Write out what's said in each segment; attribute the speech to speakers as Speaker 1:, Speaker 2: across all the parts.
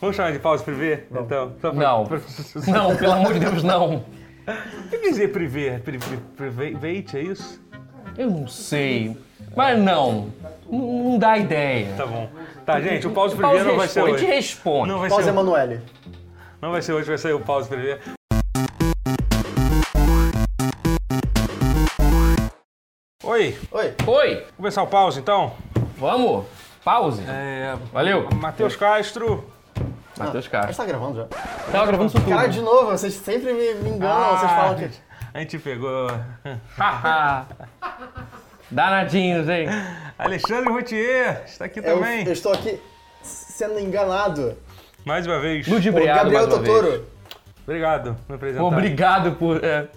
Speaker 1: Vamos chamar de pause privê? Então, só pra-
Speaker 2: Não. Não, pelo amor de Deus, não.
Speaker 1: O que quer dizer privê? Pri- pri- Private, é isso?
Speaker 2: Eu não sei. Mas não. N- Não dá ideia.
Speaker 1: Tá bom. Tá, gente, o pause privê
Speaker 2: Pause
Speaker 1: não vai ser
Speaker 2: responde,
Speaker 1: hoje.
Speaker 2: responde.
Speaker 1: Não vai
Speaker 3: Pós
Speaker 1: ser,
Speaker 3: Emanuele.
Speaker 1: não vai ser hoje, vai ser o pause privê. Oi,
Speaker 3: Oi.
Speaker 2: Oi,
Speaker 1: começar o pause então?
Speaker 2: vamos? Pause.
Speaker 1: É.
Speaker 2: Valeu.
Speaker 1: Matheus Castro.
Speaker 2: Matheus
Speaker 3: A gente
Speaker 2: Castro.
Speaker 3: tá gravando já.
Speaker 2: Tava gravando isso tudo.
Speaker 3: Cara, de novo, vocês sempre me, me enganam, vocês falam que.
Speaker 1: A gente pegou.
Speaker 2: Haha. Danadinhos, hein?
Speaker 1: Alexandre Routier está aqui
Speaker 3: Eu,
Speaker 1: também.
Speaker 3: eu estou aqui sendo enganado.
Speaker 1: Mais uma vez.
Speaker 3: O
Speaker 2: Ludibriado
Speaker 3: Gabriel
Speaker 2: mais uma vez.
Speaker 3: Totoro,
Speaker 1: Obrigado por me apresentar.
Speaker 2: Obrigado por... É,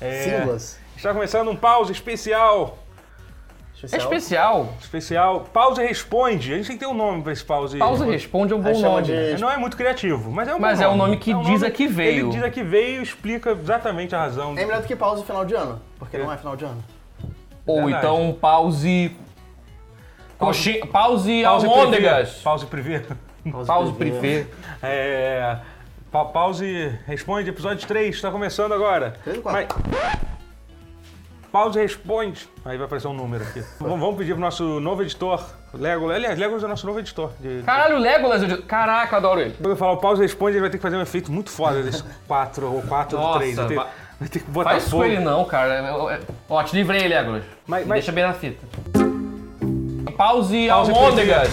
Speaker 1: É,
Speaker 3: símbolos.
Speaker 1: Está começando um pause especial.
Speaker 2: é
Speaker 3: Especial.
Speaker 2: especial.
Speaker 1: Especial. Pause responde. A gente tem que ter um nome pra esse pause.
Speaker 2: Pausa Responde é um
Speaker 3: Aí
Speaker 2: bom
Speaker 3: chama
Speaker 2: nome.
Speaker 3: de.
Speaker 1: Não é muito criativo, mas é um
Speaker 2: Mas
Speaker 1: bom
Speaker 2: é um nome que diz a que veio.
Speaker 1: Ele diz a que veio e explica exatamente a razão.
Speaker 3: É melhor do que pausa no final de ano, porque não é final de ano.
Speaker 2: Ou
Speaker 1: Verdade.
Speaker 2: então pause... Coxi... Pause,
Speaker 1: Pause privê.
Speaker 2: almôndegas.
Speaker 1: Pause privê.
Speaker 2: Pause privê.
Speaker 1: É. pa- Pause responde, episódio 3, está começando agora.
Speaker 3: Três ou quatro?
Speaker 1: Mas- Pause responde. Aí vai aparecer um número aqui. V- Vamos pedir pro nosso novo editor, Legolas. Aliás, Legolas é o nosso novo editor. de-
Speaker 2: Caralho, Legolas. eu digo- Caraca, eu adoro ele.
Speaker 1: Quando eu falar o pause responde, ele vai ter que fazer um efeito muito foda desse 4 ou 4 ou
Speaker 2: Nossa,
Speaker 1: 3. Vai ter,
Speaker 2: vai-
Speaker 1: vai ter que botar
Speaker 2: Faz isso com
Speaker 1: Tá fogo.
Speaker 2: ele não, cara. Eu- eu- Ó, te livrei, Legolas.
Speaker 1: Mas-
Speaker 2: Me
Speaker 1: mas-
Speaker 2: Deixa bem na fita. Pause,
Speaker 1: Pause
Speaker 2: almôndegas.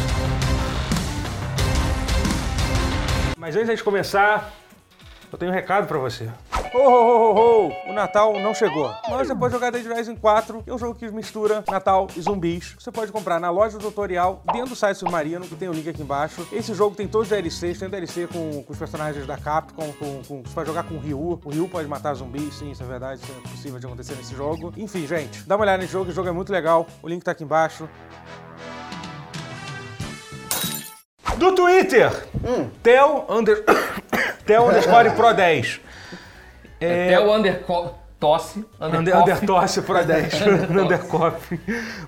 Speaker 1: Mas antes da gente começar, eu tenho um recado pra você. Ho, ho, ho, ho, ho. O Natal não chegou. Mas você pode jogar Dead Rising 4, que é um jogo que mistura Natal e zumbis. Você pode comprar na loja do tutorial, dentro do site Submarino, que tem o link aqui embaixo. Esse jogo tem todos os DLCs, tem o DLC com, com os personagens da Capcom, com, com, você pode jogar com o Ryu. O Ryu pode matar zumbis, sim, isso é verdade, isso é possível de acontecer nesse jogo. Enfim, gente, dá uma olhada nesse jogo, o jogo é muito legal. O link tá aqui embaixo. Do Twitter,
Speaker 3: Hum.
Speaker 1: Theo under... Theo underscore pro 10.
Speaker 2: Até o underco... Tosse.
Speaker 1: É. Under,
Speaker 2: Undercoff.
Speaker 1: undertosse pro 10. Undercop.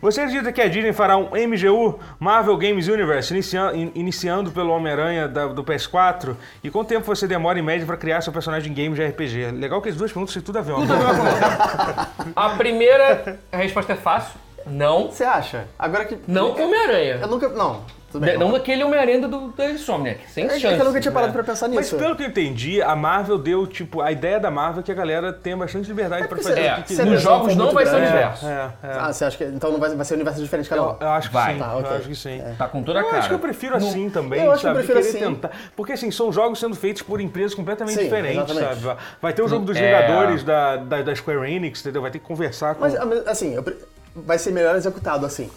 Speaker 1: Você acredita que a Disney fará um MGU Marvel Games Universe, inicia- in- iniciando pelo Homem-Aranha da- do PS4? E quanto tempo você demora em média pra criar seu personagem em games de RPG? Legal que as duas perguntas têm tudo a ver. uma com a outra.
Speaker 2: A primeira resposta é fácil. Não.
Speaker 3: Você acha? Agora que.
Speaker 2: Não com
Speaker 3: Eu
Speaker 2: Homem-Aranha.
Speaker 3: nunca. Não, tudo
Speaker 2: De-
Speaker 3: bem.
Speaker 2: Não daquele Homem-Aranha do, do Insomniac. Sem
Speaker 3: É que
Speaker 2: chance. né?
Speaker 3: eu nunca tinha parado pra pensar
Speaker 1: Mas
Speaker 3: nisso.
Speaker 1: pelo que eu entendi, a Marvel deu, tipo, a ideia da Marvel é que a galera tem bastante liberdade pra
Speaker 3: porque
Speaker 1: fazer
Speaker 3: você-
Speaker 1: o
Speaker 2: É,
Speaker 1: que
Speaker 3: você
Speaker 1: quiser.
Speaker 3: mesmo
Speaker 2: nos jogos
Speaker 3: foi
Speaker 2: não
Speaker 3: muito
Speaker 2: vai ser
Speaker 3: grande.
Speaker 2: universo.
Speaker 1: É, é.
Speaker 3: Ah, você acha que. Então não vai, vai ser um universo diferente de cada um.
Speaker 1: Eu acho que
Speaker 2: Vai.
Speaker 1: sim.
Speaker 3: Tá,
Speaker 1: Eu
Speaker 3: ok.
Speaker 1: acho que sim.
Speaker 2: Tá com toda a
Speaker 1: Eu
Speaker 2: cara.
Speaker 1: acho que eu prefiro assim também,
Speaker 3: Eu acho que eu
Speaker 1: sabe?
Speaker 3: prefiro
Speaker 1: Querer
Speaker 3: assim.
Speaker 1: tentar. Porque assim, são jogos sendo feitos por empresas completamente
Speaker 3: Sim,
Speaker 1: diferentes,
Speaker 3: exatamente.
Speaker 1: sabe? Vai ter o jogo dos
Speaker 2: É.
Speaker 1: Vingadores da, da, da Square Enix, entendeu? Vai ter que conversar com.
Speaker 3: Mas ah, mas, assim, eu pre- vai ser melhor executado assim.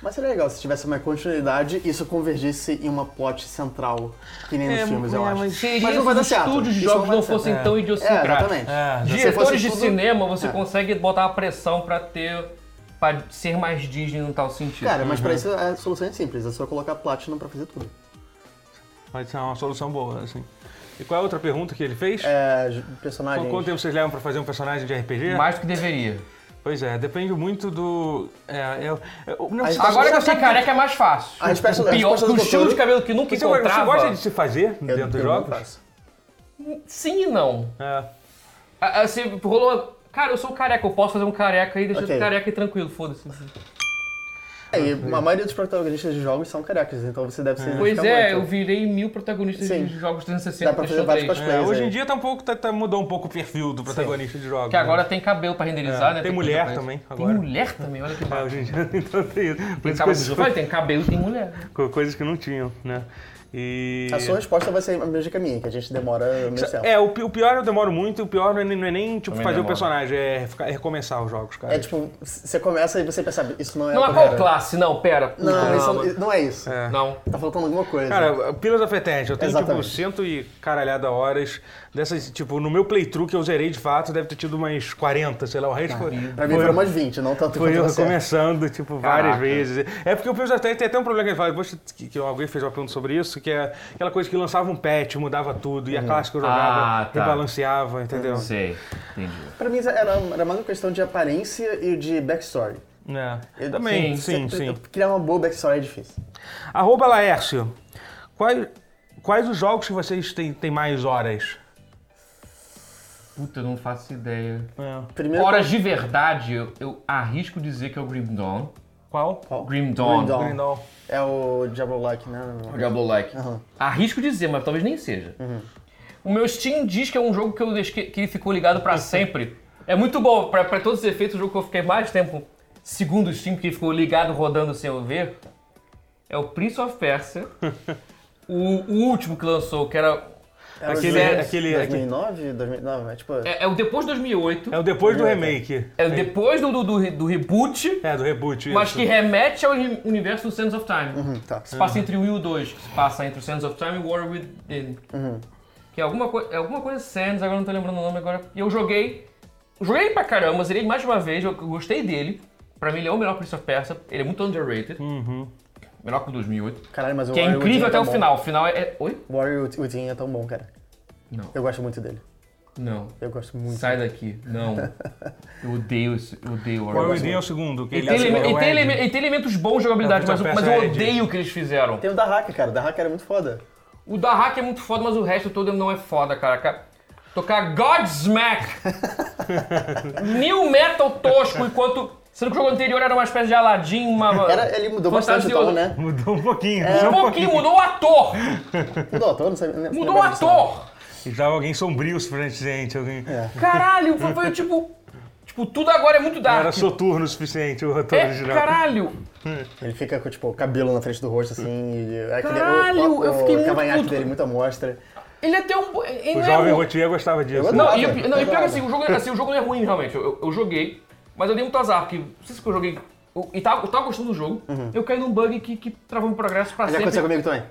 Speaker 3: Mas seria legal se tivesse uma continuidade e isso convergisse em uma plot central, que nem
Speaker 1: É,
Speaker 3: nos filmes, eu
Speaker 1: é,
Speaker 3: acho.
Speaker 1: mas-
Speaker 2: Seria
Speaker 3: Mas não vai
Speaker 2: se
Speaker 3: dar
Speaker 2: os
Speaker 3: certo.
Speaker 2: estúdios de
Speaker 3: Isso
Speaker 2: jogos
Speaker 3: vai
Speaker 2: não
Speaker 3: dar certo.
Speaker 2: fossem tão
Speaker 3: É,
Speaker 2: idiosincratas.
Speaker 3: exatamente.
Speaker 1: É,
Speaker 3: Se
Speaker 2: Diretores
Speaker 3: fosse
Speaker 2: de
Speaker 3: tudo-
Speaker 2: cinema, você consegue botar uma pressão pra ter. pra ser mais Disney no tal sentido.
Speaker 3: Cara, mas pra isso a solução é simples, é só colocar Platinum pra fazer tudo.
Speaker 1: Vai ser uma solução boa, assim. E qual é a outra pergunta que ele fez?
Speaker 3: É,
Speaker 1: Qu-
Speaker 3: personagem.
Speaker 1: Quanto tempo vocês levam pra fazer um personagem de RPG?
Speaker 2: Mais do que deveria.
Speaker 1: Pois é, depende muito do. É, eu, eu, não,
Speaker 3: Aí
Speaker 1: você-
Speaker 3: tá-
Speaker 2: Agora que eu
Speaker 1: você
Speaker 2: sei
Speaker 1: sabe-
Speaker 2: careca é mais fácil.
Speaker 3: A resposta- a
Speaker 2: Pior que
Speaker 3: resposta
Speaker 2: o
Speaker 3: do
Speaker 2: estilo
Speaker 3: doutor-
Speaker 2: de cabelo que nunca
Speaker 1: Você, você
Speaker 2: encontrava.
Speaker 1: gosta de se fazer dentro dos jogos?
Speaker 2: Sim e não.
Speaker 1: É.
Speaker 2: Ah, ah, Você rolou. Cara, eu sou careca, eu posso fazer um careca aí, deixa
Speaker 3: Ok.
Speaker 2: eu careca e tranquilo, foda-se.
Speaker 3: É, e
Speaker 2: Uhum.
Speaker 3: a maioria dos protagonistas de jogos são carecas, então você deve ser.
Speaker 2: Pois é,
Speaker 1: então.
Speaker 2: eu virei mil protagonistas
Speaker 3: Sim.
Speaker 2: de jogos 360
Speaker 3: Dá pra
Speaker 2: que
Speaker 3: fazer vários
Speaker 2: xadrez.
Speaker 3: cosplays.
Speaker 1: É, hoje
Speaker 3: aí.
Speaker 1: em dia tá um pouco, tá- tá- mudou um pouco o perfil do protagonista de jogos.
Speaker 2: Que
Speaker 1: né?
Speaker 2: agora tem cabelo pra renderizar,
Speaker 1: É,
Speaker 2: né?
Speaker 1: tem
Speaker 2: coisa
Speaker 1: mulher
Speaker 2: pra isso.
Speaker 1: também,
Speaker 2: Tem
Speaker 1: agora.
Speaker 2: mulher também, olha que
Speaker 1: É,
Speaker 2: bacana.
Speaker 1: hoje em dia então tem isso.
Speaker 2: Tem,
Speaker 1: Coisas,
Speaker 2: cabelo,
Speaker 1: coisas,
Speaker 2: Olha, tem cabelo e tem mulher.
Speaker 1: co- coisas que não tinham, né? E.
Speaker 3: A sua resposta vai ser a mesma que a minha, que a gente demora meio tempo.
Speaker 1: É, o, pi- o pior eu demoro muito, e o pior não é, nem- não é nem tipo,
Speaker 2: Também
Speaker 1: fazer o
Speaker 2: demora.
Speaker 1: personagem, é, ficar- é recomeçar os jogos, cara.
Speaker 3: É tipo, você começa e você percebe, isso não é.
Speaker 2: Não,
Speaker 3: o
Speaker 2: mas
Speaker 3: que eu
Speaker 2: qual
Speaker 3: quero.
Speaker 2: classe? Não, pera. puta,
Speaker 3: Não, isso
Speaker 2: mas-
Speaker 3: não é isso.
Speaker 1: É.
Speaker 2: Não.
Speaker 3: Tá faltando alguma coisa.
Speaker 1: Cara, Pillars of Eternity, eu tenho tipo
Speaker 3: Exatamente.
Speaker 1: cento e caralhada horas dessas, tipo, no meu playthrough que eu zerei de fato, deve ter tido umas 40, sei lá, o resto foi,
Speaker 3: Tá. pra mim foram umas 20, não tanto
Speaker 1: foi
Speaker 3: quanto
Speaker 1: eu
Speaker 3: você.
Speaker 1: recomeçando, tipo, várias
Speaker 2: Caraca.
Speaker 1: vezes. É porque o Pillars of Eternity tem até um problema que ele fala, poxa, que, que alguém fez uma pergunta sobre isso, que é aquela coisa que lançava um patch, mudava tudo, e a classe que eu jogava
Speaker 2: Uhum. Ah, tá.
Speaker 1: rebalanceava, entendeu?
Speaker 2: Sei, entendi.
Speaker 3: Pra mim era, era mais uma questão de aparência e de backstory.
Speaker 1: É.
Speaker 3: Eu-
Speaker 1: Também, sim,
Speaker 3: Você-
Speaker 1: sim.
Speaker 3: Criar uma boa backstory é difícil.
Speaker 1: Arroba Laércio. Quais, Quais os jogos que vocês têm, têm mais horas?
Speaker 2: Puta, eu não faço ideia.
Speaker 1: É.
Speaker 3: Primeiro.
Speaker 2: Horas de verdade, eu, eu arrisco dizer que é o Grim Dawn.
Speaker 1: Qual?
Speaker 3: qual?
Speaker 2: Grim Dawn.
Speaker 3: Grim Dawn.
Speaker 1: Green Dawn.
Speaker 3: É o Diablo-like, né? Não, não.
Speaker 2: O Diablo-like. Arrisco dizer, mas talvez nem seja. O meu Steam diz que é um jogo que, eu deixei- que, que ele ficou ligado pra sempre. É muito bom, pra, pra todos os efeitos, o jogo que eu fiquei mais tempo, segundo o Steam, que ele ficou ligado rodando sem eu ver, é o Prince of Persia. o, o último que lançou, que era.
Speaker 3: Era
Speaker 1: Aquele, é-
Speaker 2: Zero.
Speaker 1: aquele, aquele-
Speaker 3: 2009? 2009, é tipo...
Speaker 2: É, é o depois de 2008.
Speaker 1: é o depois do remake.
Speaker 2: É o depois do, do, do, do reboot,
Speaker 1: É, do reboot.
Speaker 2: mas
Speaker 1: isso.
Speaker 2: que remete ao uni- universo do Sands of Time.
Speaker 3: Hum, tá.
Speaker 2: se passa entre o 1 e o 2, que se passa entre o Sands of Time e War Within. Que é alguma, coi- é alguma coisa Sands, agora não tô lembrando o nome agora. E eu joguei. Joguei pra caramba, zerei mais de uma vez, eu gostei dele. Pra mim ele é o melhor Prince of Persia, ele é muito underrated. Melhor que o 2008.
Speaker 3: Caralho, mas o
Speaker 2: Que é
Speaker 3: Warrior
Speaker 2: incrível
Speaker 3: Within é
Speaker 2: até
Speaker 3: tão
Speaker 2: o
Speaker 3: bom.
Speaker 2: final. O final é. é- Oi?
Speaker 3: O Warrior Within é tão bom, cara.
Speaker 2: Não.
Speaker 3: Eu gosto muito dele.
Speaker 2: Não.
Speaker 3: Eu gosto muito.
Speaker 2: Sai daqui. Não. Eu odeio esse. Eu odeio War
Speaker 1: Qual o
Speaker 2: Within.
Speaker 1: Within é o segundo. Que
Speaker 2: E
Speaker 1: ele
Speaker 2: tem,
Speaker 1: é o
Speaker 2: eleme- e tem
Speaker 1: Ed.
Speaker 2: eleme- e tem elementos bons de jogabilidade,
Speaker 1: É,
Speaker 2: mas,
Speaker 1: Prince of
Speaker 2: mas
Speaker 1: Persia
Speaker 2: eu
Speaker 1: é Ed.
Speaker 2: odeio o que eles fizeram.
Speaker 3: Tem o da Haka, cara. O da Haka era muito foda.
Speaker 2: O da hack é muito foda, mas o resto todo não é foda, cara. Ca- Tocar Godsmack, New Metal tosco, enquanto... Sendo que o jogo anterior era uma espécie de Aladdin, uma...
Speaker 3: Era, ele mudou bastante o
Speaker 2: Fantasioso.
Speaker 3: tom, né?
Speaker 1: Mudou um pouquinho.
Speaker 2: Um
Speaker 1: mudou um
Speaker 2: pouquinho, mudou o ator!
Speaker 3: Mudou o ator, não sei. não
Speaker 2: Mudou o
Speaker 3: lembrava disso, né? não.
Speaker 2: ator!
Speaker 1: pouquinho. Dava alguém sombrio suficiente. Alguém...
Speaker 2: Caralho, foi, foi tipo... Tipo, tudo agora é muito
Speaker 1: Era
Speaker 2: dark.
Speaker 1: soturno o suficiente o ator
Speaker 2: É,
Speaker 1: original.
Speaker 2: caralho!
Speaker 3: Ele fica com, tipo, o cabelo na frente do rosto, assim. E aquele,
Speaker 2: Caralho,
Speaker 3: o, o,
Speaker 2: eu fiquei
Speaker 3: o
Speaker 2: muito
Speaker 3: cavanhaque
Speaker 2: puto.
Speaker 3: dele, muita amostra.
Speaker 2: Ele até um... bo- Ele
Speaker 1: O
Speaker 2: não é
Speaker 1: jovem
Speaker 2: um-
Speaker 1: Rotier gostava disso. né?
Speaker 3: Eu
Speaker 2: Não, e,
Speaker 3: Nada,
Speaker 2: o- não, e pior
Speaker 3: nada.
Speaker 2: que assim, o jogo, assim, o jogo não é ruim, realmente. Eu, eu- eu joguei, mas eu dei muito azar, porque não sei se que eu joguei. eu- e tava, eu tava gostando do jogo, eu caí num bug que, que travou meu progresso pra
Speaker 1: Assim,
Speaker 3: Já
Speaker 2: sempre.
Speaker 3: aconteceu comigo também.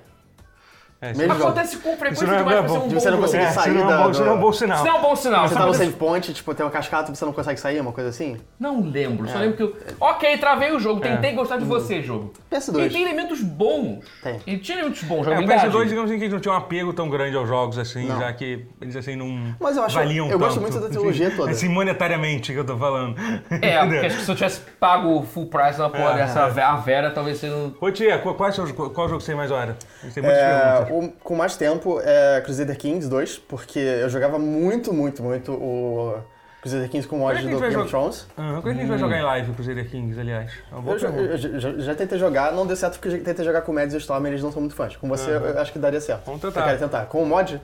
Speaker 1: É, isso-
Speaker 3: Mesmo jogo.
Speaker 2: Acontece com frequência
Speaker 1: não é-
Speaker 2: demais
Speaker 1: não é
Speaker 2: pra ser
Speaker 1: bom.
Speaker 2: um
Speaker 1: Você
Speaker 2: bom
Speaker 3: não
Speaker 2: jogo.
Speaker 3: conseguiu
Speaker 2: É.
Speaker 1: É, isso não é um
Speaker 3: saída
Speaker 1: bom- isso não é um
Speaker 3: do-
Speaker 1: bom sinal.
Speaker 2: Isso não é um bom sinal.
Speaker 3: Você
Speaker 2: só
Speaker 3: tá no
Speaker 2: pra-
Speaker 3: save point, tipo, tem uma cascata, você não consegue sair, uma coisa assim?
Speaker 2: Não lembro, só lembro que eu... Ok, travei o jogo, tentei gostar de você, jogo. Ele tem
Speaker 3: PS2.
Speaker 2: elementos bons.
Speaker 3: Tem.
Speaker 2: Ele tinha elementos bons,
Speaker 1: É, o
Speaker 2: jogabilidade.
Speaker 1: PS2, digamos assim, que eles não tinham um apego tão grande aos jogos, assim,
Speaker 3: Não.
Speaker 1: já que eles, assim, não
Speaker 3: Mas eu acho-
Speaker 1: valiam
Speaker 3: eu gosto
Speaker 1: tanto.
Speaker 3: muito da trilogia toda.
Speaker 1: Assim, monetariamente que eu tô falando.
Speaker 2: É,
Speaker 1: Entendeu?
Speaker 2: porque acho que se eu tivesse pago o full price na
Speaker 1: É.
Speaker 2: porra dessa a Vera, talvez você não...
Speaker 1: Rotier, qual, qual, qual jogo você tem mais hora? A gente tem muitas
Speaker 3: É,
Speaker 1: perguntas.
Speaker 3: o- com mais tempo é Crusader Kings 2, porque eu jogava muito, muito, muito o Crusader Kings com mod
Speaker 1: Como é que
Speaker 3: do
Speaker 1: a gente vai
Speaker 3: Game of
Speaker 1: jogar?
Speaker 3: Thrones.
Speaker 1: Ah, quando é que a gente vai jogar em live o Crusader Kings, aliás? É uma boa
Speaker 3: Hum. Eu, jo-
Speaker 1: pergunta.
Speaker 3: eu jo- jo- já tentei jogar, não deu certo porque eu tentei jogar com o Mads e o Storm, eles não são muito fãs. Com você, eu acho que daria certo.
Speaker 1: Vamos tentar.
Speaker 3: Eu quero tentar. Com o mod,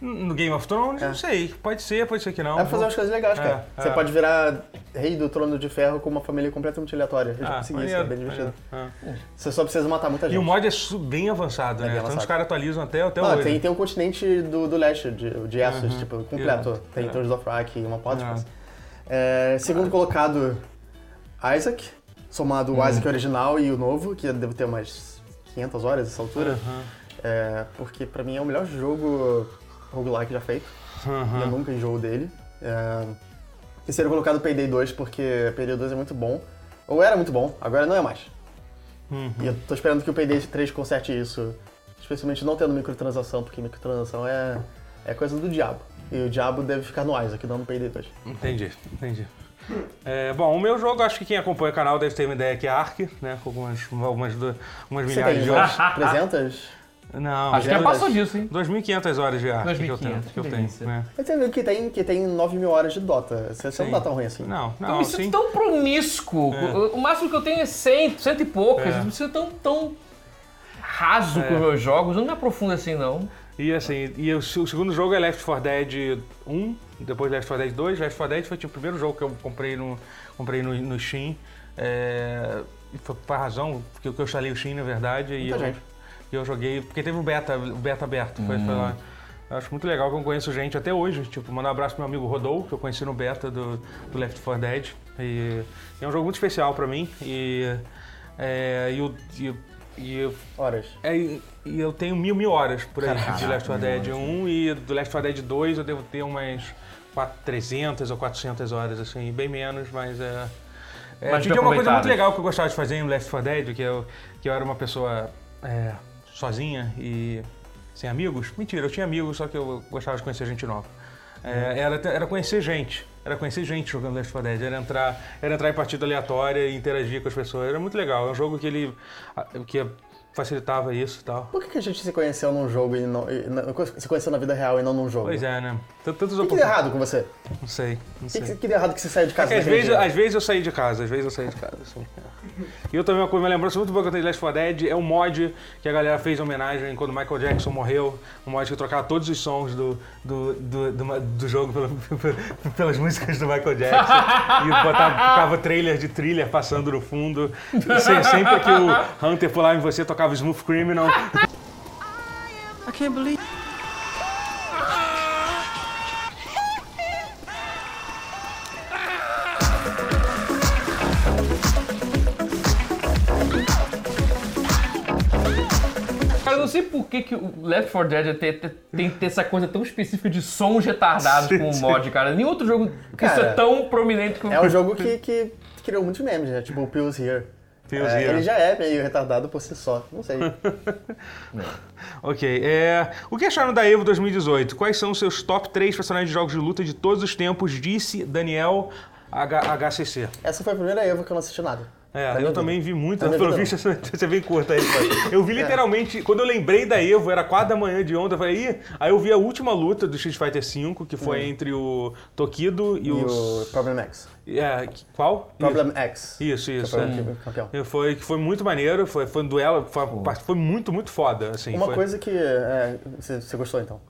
Speaker 1: No Game of Thrones, não sei. Pode ser, pode ser que não.
Speaker 3: dá pra fazer umas coisas legais,
Speaker 1: É,
Speaker 3: cara.
Speaker 1: é.
Speaker 3: Você pode virar rei do trono de ferro com uma família completamente aleatória. Eu já
Speaker 1: Ah,
Speaker 3: consegui isso, é
Speaker 1: maneiro,
Speaker 3: bem divertido.
Speaker 1: maneiro. Ah.
Speaker 3: Você só precisa matar muita gente.
Speaker 1: E
Speaker 3: É
Speaker 1: o mod é su- bem avançado, né?
Speaker 3: bem
Speaker 1: Então os
Speaker 3: avançado.
Speaker 1: caras atualizam até, até
Speaker 3: Ah,
Speaker 1: hoje. Uhum.
Speaker 3: tem, tem um continente do, do leste, de, de Essos, tipo, completo.
Speaker 1: irado,
Speaker 3: Tem
Speaker 1: irado.
Speaker 3: Thrones of Rock e uma porta de
Speaker 1: Irado.
Speaker 3: coisa. É, segundo colocado, Isaac. Somado
Speaker 1: Uhum.
Speaker 3: o Isaac original e o novo, que deve ter umas 500 horas essa altura.
Speaker 1: Uhum.
Speaker 3: É, porque pra mim é o melhor jogo roguelike já feito.
Speaker 1: Ah.
Speaker 3: Eu nunca enjoo dele. É, terceiro colocado, Payday 2, porque Payday 2 é muito bom. Ou era muito bom, agora não é mais. E eu tô esperando que o Payday 3 conserte isso. Especialmente não tendo microtransação, porque microtransação é, é coisa do diabo. E o diabo deve ficar no Isaac, não no Payday 2.
Speaker 1: Uhum. Entendi, entendi. É, bom, o meu jogo, acho que quem acompanha o canal deve ter uma ideia que é Ark, né? Com algumas, algumas, do- algumas
Speaker 3: Você
Speaker 1: milhares
Speaker 3: tem
Speaker 1: de horas.
Speaker 3: umas 300?
Speaker 1: Não,
Speaker 2: Acho que já
Speaker 1: é
Speaker 2: passou disso, hein?
Speaker 1: 2.500 horas de Ark que eu tenho.
Speaker 2: 2.500,
Speaker 1: Que eu
Speaker 2: que
Speaker 1: tenho
Speaker 2: delícia.
Speaker 1: né?
Speaker 3: Eu tenho amigo que tem, que tem 9 mil horas de Dota. Você, você não
Speaker 1: Sim.
Speaker 3: dá tão ruim assim.
Speaker 1: Não,
Speaker 2: Eu
Speaker 1: não,
Speaker 2: me sinto
Speaker 1: sim.
Speaker 2: tão promíscuo. O- O máximo que eu tenho é 100, cento e poucas.
Speaker 1: É.
Speaker 2: Eu me sinto tão, tão raso com os meus jogos. Eu não me aprofundo assim, não.
Speaker 1: E assim, e o, se- o segundo jogo é Left 4 Dead 1, depois Left 4 Dead 2. Left 4 Dead foi tipo, o primeiro jogo que eu comprei no, comprei no, no Steam. É, e foi por razão que eu, que eu instalei o Steam, na verdade. E
Speaker 3: Muita
Speaker 1: eu,
Speaker 3: gente.
Speaker 1: e eu joguei, porque teve o beta, o beta aberto, foi, foi lá. Eu acho muito legal que eu conheço gente até hoje. Tipo, mandar um abraço pro meu amigo Rodol, que eu conheci no beta do, do Left 4 Dead. E é um jogo muito especial pra mim. E, é, e, o- e, e
Speaker 3: Horas.
Speaker 1: é, e e eu tenho mil, mil horas por aí de Left 4 Dead 1 e do Left 4 Dead 2 eu devo ter umas 400, 300 ou 400 horas, assim, bem menos, mas é... é
Speaker 2: Mas
Speaker 1: que é uma coisa muito
Speaker 2: aproveitadas.
Speaker 1: legal que eu gostava de fazer em Left 4 Dead, que eu, que eu era uma pessoa é, sozinha e sem amigos. Mentira, eu tinha amigos, só que eu gostava de conhecer gente nova. É,
Speaker 3: Hum.
Speaker 1: era, era conhecer gente, era conhecer gente jogando Left 4 Dead, era entrar, era entrar em partida aleatória e interagir com as pessoas, era muito legal. É um jogo que ele... a- que é- facilitava isso e tal.
Speaker 3: Por que, que a gente se conheceu num jogo e não. e não- se conheceu na vida real e não num jogo?
Speaker 1: Pois é, né? Tant- Tantas
Speaker 3: O que, que deu
Speaker 1: oportunidades.
Speaker 3: errado com você?
Speaker 1: Não sei, não
Speaker 3: O que,
Speaker 1: sei.
Speaker 3: que, que deu errado que você saiu de casa
Speaker 1: Porque É às
Speaker 3: naquele
Speaker 1: vezes,
Speaker 3: dia?
Speaker 1: às vezes eu saí de casa, às vezes eu saí de casa, assim. E eu também, uma coisa, uma lembrança muito boa que eu tenho de Last 4 Dead é um mod que a galera fez em homenagem quando Michael Jackson morreu. Um mod que trocava todos os sons do, do, do, do- do jogo pelo- pelas músicas do Michael Jackson. E botava, ficava trailer de thriller passando no fundo. E se- sempre que o Hunter pulava em você, tocava Smooth Criminal.
Speaker 4: I can't believe.
Speaker 2: Cara, eu não sei por que, que o Left 4 Dead tem, tem- tem que ter essa coisa tão específica de sons retardados com o mod, cara. Nenhum outro jogo que isso é
Speaker 3: Cara,
Speaker 2: tão prominente como
Speaker 3: É um jogo que, que criou muitos memes, né? Tipo o Pills Here.
Speaker 1: Pills
Speaker 3: É,
Speaker 1: Here.
Speaker 3: Ele já é meio retardado por si só. Não sei.
Speaker 1: Ok, é... o que acharam da EVO 2018? Quais são os seus top 3 personagens de jogos de luta de todos os tempos? Disse Daniel H- HCC.
Speaker 3: Essa foi a primeira Evo que eu não assisti nada.
Speaker 1: É,
Speaker 3: Pra
Speaker 1: eu
Speaker 3: mim,
Speaker 1: também vi muito,
Speaker 3: Pra mim,
Speaker 1: pelo
Speaker 3: não.
Speaker 1: visto você você é bem curta aí. pai. Eu vi literalmente, quando eu lembrei da Evo, era 4 da manhã de ontem, eu falei, Ih! aí eu vi a última luta do Street Fighter V, que foi entre o Tokido e,
Speaker 3: E
Speaker 1: o...
Speaker 3: o Problem X.
Speaker 1: É, que- qual?
Speaker 3: Problem X.
Speaker 1: Isso,
Speaker 3: que
Speaker 1: isso.
Speaker 3: foi
Speaker 1: é.
Speaker 3: o campeão.
Speaker 1: E Foi, que foi muito maneiro, foi, foi um duelo, foi, uma parte- foi muito, muito foda, assim.
Speaker 3: Uma
Speaker 1: foi-
Speaker 3: coisa que. é, Você você gostou então?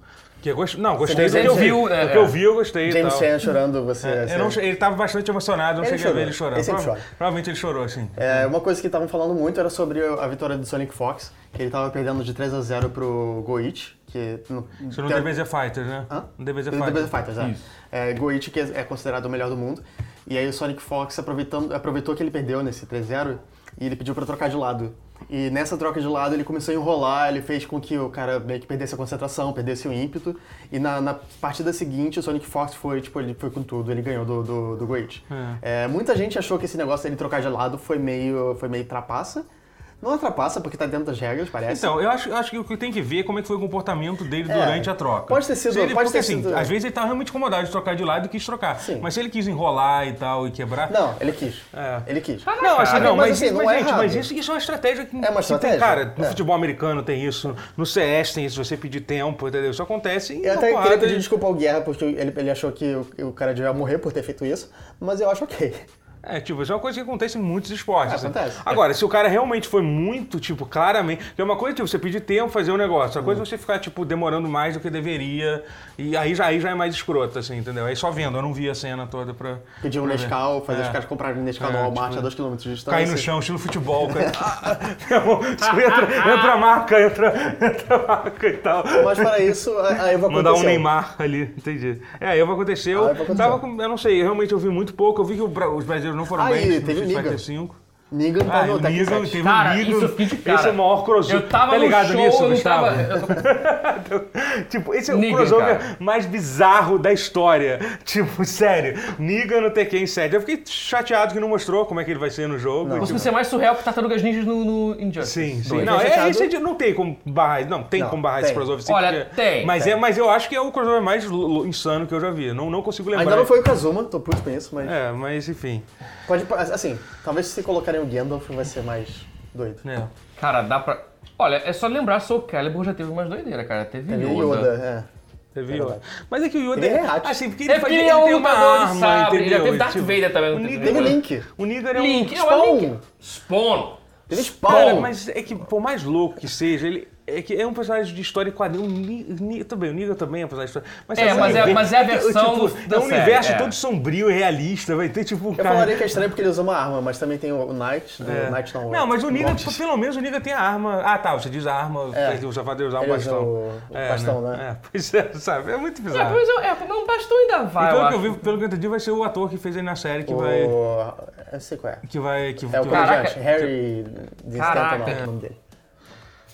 Speaker 1: Que eu gost- Não, gostei do
Speaker 3: Você
Speaker 1: que eu vi.
Speaker 2: viu, é,
Speaker 1: Do que eu
Speaker 2: é.
Speaker 1: vi, eu gostei e
Speaker 3: James
Speaker 1: tal.
Speaker 3: Chan chorando, você.
Speaker 1: É, eu
Speaker 3: você-
Speaker 1: não che- ele tava bastante emocionado, eu não
Speaker 3: Ele
Speaker 1: cheguei a ver ele
Speaker 3: chorou.
Speaker 1: chorando.
Speaker 3: Ele sempre
Speaker 1: Prova-
Speaker 3: chora.
Speaker 1: Provavelmente ele chorou, assim.
Speaker 3: É, uma coisa que estavam falando muito era sobre a vitória do Sonic Fox, que ele tava perdendo de 3 a 0 pro Goichi, que... No,
Speaker 1: Isso não
Speaker 3: tem-
Speaker 1: DBZ Fighter, né?
Speaker 3: Então, Hã?
Speaker 1: Não DBZ
Speaker 3: No
Speaker 1: Fighter.
Speaker 3: DBZ Fighters, é. é. Goichi, que é considerado o melhor do mundo. E aí o Sonic Fox aproveitando, aproveitou que ele perdeu nesse 3 a 0 e ele pediu pra trocar de lado. E nessa troca de lado ele começou a enrolar, ele fez com que o cara meio que perdesse a concentração, perdesse o ímpeto. E na, na partida seguinte o Sonic Fox foi, tipo, ele foi com tudo, ele ganhou do, do, do Goichi. É, muita gente achou que esse negócio dele trocar de lado foi meio, foi meio trapaça. Não é trapaça, porque tá dentro das regras, parece.
Speaker 1: Então, eu acho, eu acho que o que tem que ver é como é que foi o comportamento dele
Speaker 3: É.
Speaker 1: durante a troca.
Speaker 3: Pode ter sido-
Speaker 1: Se ele,
Speaker 3: pode
Speaker 1: porque
Speaker 3: ter
Speaker 1: assim,
Speaker 3: sido-
Speaker 1: às vezes ele tava realmente incomodado de trocar de lado e quis trocar.
Speaker 3: Sim.
Speaker 1: Mas se ele quis enrolar e tal e quebrar.
Speaker 3: Não, ele quis.
Speaker 1: É.
Speaker 3: Ele quis.
Speaker 1: Não, assim, não, mas,
Speaker 3: mas assim, não
Speaker 1: mas,
Speaker 3: é
Speaker 1: gente,
Speaker 3: errado.
Speaker 1: mas isso, isso é uma estratégia que
Speaker 3: É uma
Speaker 1: que tem,
Speaker 3: estratégia,
Speaker 1: cara, no
Speaker 3: é.
Speaker 1: futebol americano tem isso, no CS tem isso, você pedir tempo, entendeu? Isso acontece e
Speaker 3: Eu até
Speaker 1: porrada,
Speaker 3: queria pedir
Speaker 1: e-
Speaker 3: desculpa ao Guerra, porque ele, ele achou que o, o cara devia morrer por ter feito isso, mas eu acho ok.
Speaker 1: É, tipo, isso é uma coisa que acontece em muitos esportes. assim.
Speaker 3: É, Acontece.
Speaker 1: Agora, se o cara realmente foi muito, tipo, claramente. Porque é uma coisa, tipo, você pedir tempo, fazer um negócio. Uma
Speaker 3: Uhum.
Speaker 1: coisa é você ficar, tipo, demorando mais do que deveria. E aí já, aí já é mais escroto, assim, entendeu? Aí só vendo, eu não vi a cena toda pra.
Speaker 3: Pediu um
Speaker 1: pra ver.
Speaker 3: Nescau, fazer
Speaker 1: É.
Speaker 3: os caras comprarem um Nescau no
Speaker 1: É,
Speaker 3: Walmart
Speaker 1: tipo,
Speaker 3: a 2km de distância.
Speaker 1: Cair no chão, estilo futebol. Cara. Meu irmão, isso entra, entra a marca, entra, entra a marca e tal.
Speaker 3: Mas para isso, a, a Eva
Speaker 1: Mandar um
Speaker 3: aconteceu.
Speaker 1: Neymar ali, entendi. É, aí aconteceu.
Speaker 3: Ah, Evo aconteceu.
Speaker 1: Tava com- eu não sei, realmente eu vi muito pouco. Eu vi que o Bra- os brasileiros não foram
Speaker 3: Ah,
Speaker 1: bem.
Speaker 3: e
Speaker 1: no
Speaker 3: teve o
Speaker 1: Street
Speaker 3: Negan.
Speaker 1: Fighter 5.
Speaker 3: Negan tá
Speaker 1: Ah,
Speaker 3: no
Speaker 1: o
Speaker 3: Tekken
Speaker 1: Negan
Speaker 3: 7.
Speaker 1: teve
Speaker 2: Cara,
Speaker 1: um Negan.
Speaker 2: isso eu fiquei de cara.
Speaker 1: Esse é o maior crossover.
Speaker 2: Eu tava
Speaker 1: tá ligado
Speaker 2: no show,
Speaker 1: nisso,
Speaker 2: eu não
Speaker 1: Gustavo?
Speaker 2: tava... eu-
Speaker 1: Tipo, esse é o
Speaker 2: Negan,
Speaker 1: crossover
Speaker 2: cara.
Speaker 1: mais bizarro da história. Tipo, sério. Negan no Tekken 7. Eu fiquei chateado que não mostrou como é que ele vai ser no jogo. E,
Speaker 2: Você
Speaker 1: tipo,
Speaker 2: vai ser mais surreal que Tartarugas Ninjas no, no Injustice.
Speaker 1: Sim, sim.
Speaker 2: Dois.
Speaker 1: Não,
Speaker 3: Fiquei
Speaker 1: é,
Speaker 3: chateado.
Speaker 1: esse é de- não tem como barrar. Não, tem
Speaker 3: Não,
Speaker 1: como barrar esse
Speaker 3: tem.
Speaker 1: crossover sim.
Speaker 2: Olha,
Speaker 1: porque-
Speaker 2: tem,
Speaker 1: Mas,
Speaker 2: tem.
Speaker 1: É, mas eu acho que é o crossover mais lo- insano que eu já vi. Não, não consigo lembrar.
Speaker 3: Ainda não foi o Kazuma, tô puto com isso, mas...
Speaker 1: É, mas enfim.
Speaker 3: Pode, assim, talvez se colocarem o Gandalf vai ser mais doido.
Speaker 1: É.
Speaker 2: Cara, dá pra... Olha, é só lembrar, Soul Calibur já teve umas doideiras, cara. Teve
Speaker 3: E o
Speaker 2: Yoda.
Speaker 3: Yoda, é.
Speaker 1: Teve Yoda. Mas é que o Yoda
Speaker 3: Ele é
Speaker 1: é.
Speaker 3: react.
Speaker 1: Assim, porque ele,
Speaker 2: É porque
Speaker 1: faz, ele,
Speaker 2: ele é um
Speaker 1: tem uma
Speaker 2: lutador de
Speaker 1: arma,
Speaker 2: sabre, ele já
Speaker 1: entendeu?
Speaker 2: teve Darth
Speaker 1: Tipo,
Speaker 2: Vader também.
Speaker 1: o
Speaker 2: não
Speaker 1: Negan-
Speaker 3: Teve Link,
Speaker 1: O Negan é um.
Speaker 2: Link, é o
Speaker 3: Spawn.
Speaker 2: Link. Spawn.
Speaker 3: teve
Speaker 1: Cara,
Speaker 3: Spawn.
Speaker 1: mas é que, por mais louco que seja, ele é que é um personagem de história e quadrinho. O Ni- Ni- também, o Negan também é um personagem de história. Mas
Speaker 2: É,
Speaker 1: esse
Speaker 2: mas é-
Speaker 1: universo-
Speaker 2: mas é a versão
Speaker 1: tipo,
Speaker 2: do- da
Speaker 1: É um
Speaker 2: série,
Speaker 1: universo
Speaker 2: é.
Speaker 1: todo sombrio e realista. Vai ter tipo um
Speaker 3: Eu
Speaker 1: cara-
Speaker 3: falaria que é estranho porque ele usa uma arma, mas também tem o Knight, do
Speaker 1: É.
Speaker 3: Knight não.
Speaker 1: Não, mas o Negan,
Speaker 3: Knight
Speaker 1: pô, pelo menos o Negan tem a arma. Ah, tá, você diz a arma,
Speaker 3: É.
Speaker 1: ele usa vai usar um
Speaker 3: Ele usa
Speaker 1: bastão.
Speaker 3: o- o bastão, né?
Speaker 1: É, pois é, sabe? É muito
Speaker 2: É,
Speaker 1: bizarro.
Speaker 2: mas, eu- é, mas um bastão ainda vai,
Speaker 1: e
Speaker 2: eu
Speaker 1: pelo que
Speaker 2: acho.
Speaker 1: eu vi, pelo que eu entendi, vai ser o ator que fez ele na série que
Speaker 3: O...
Speaker 1: vai.
Speaker 3: Eu sei qual é.
Speaker 1: Que vai. Que,
Speaker 3: É o
Speaker 1: que vai-
Speaker 2: Caraca.
Speaker 3: comediante, Harry Dean Stanton,
Speaker 2: Caraca.
Speaker 3: não, é o nome dele.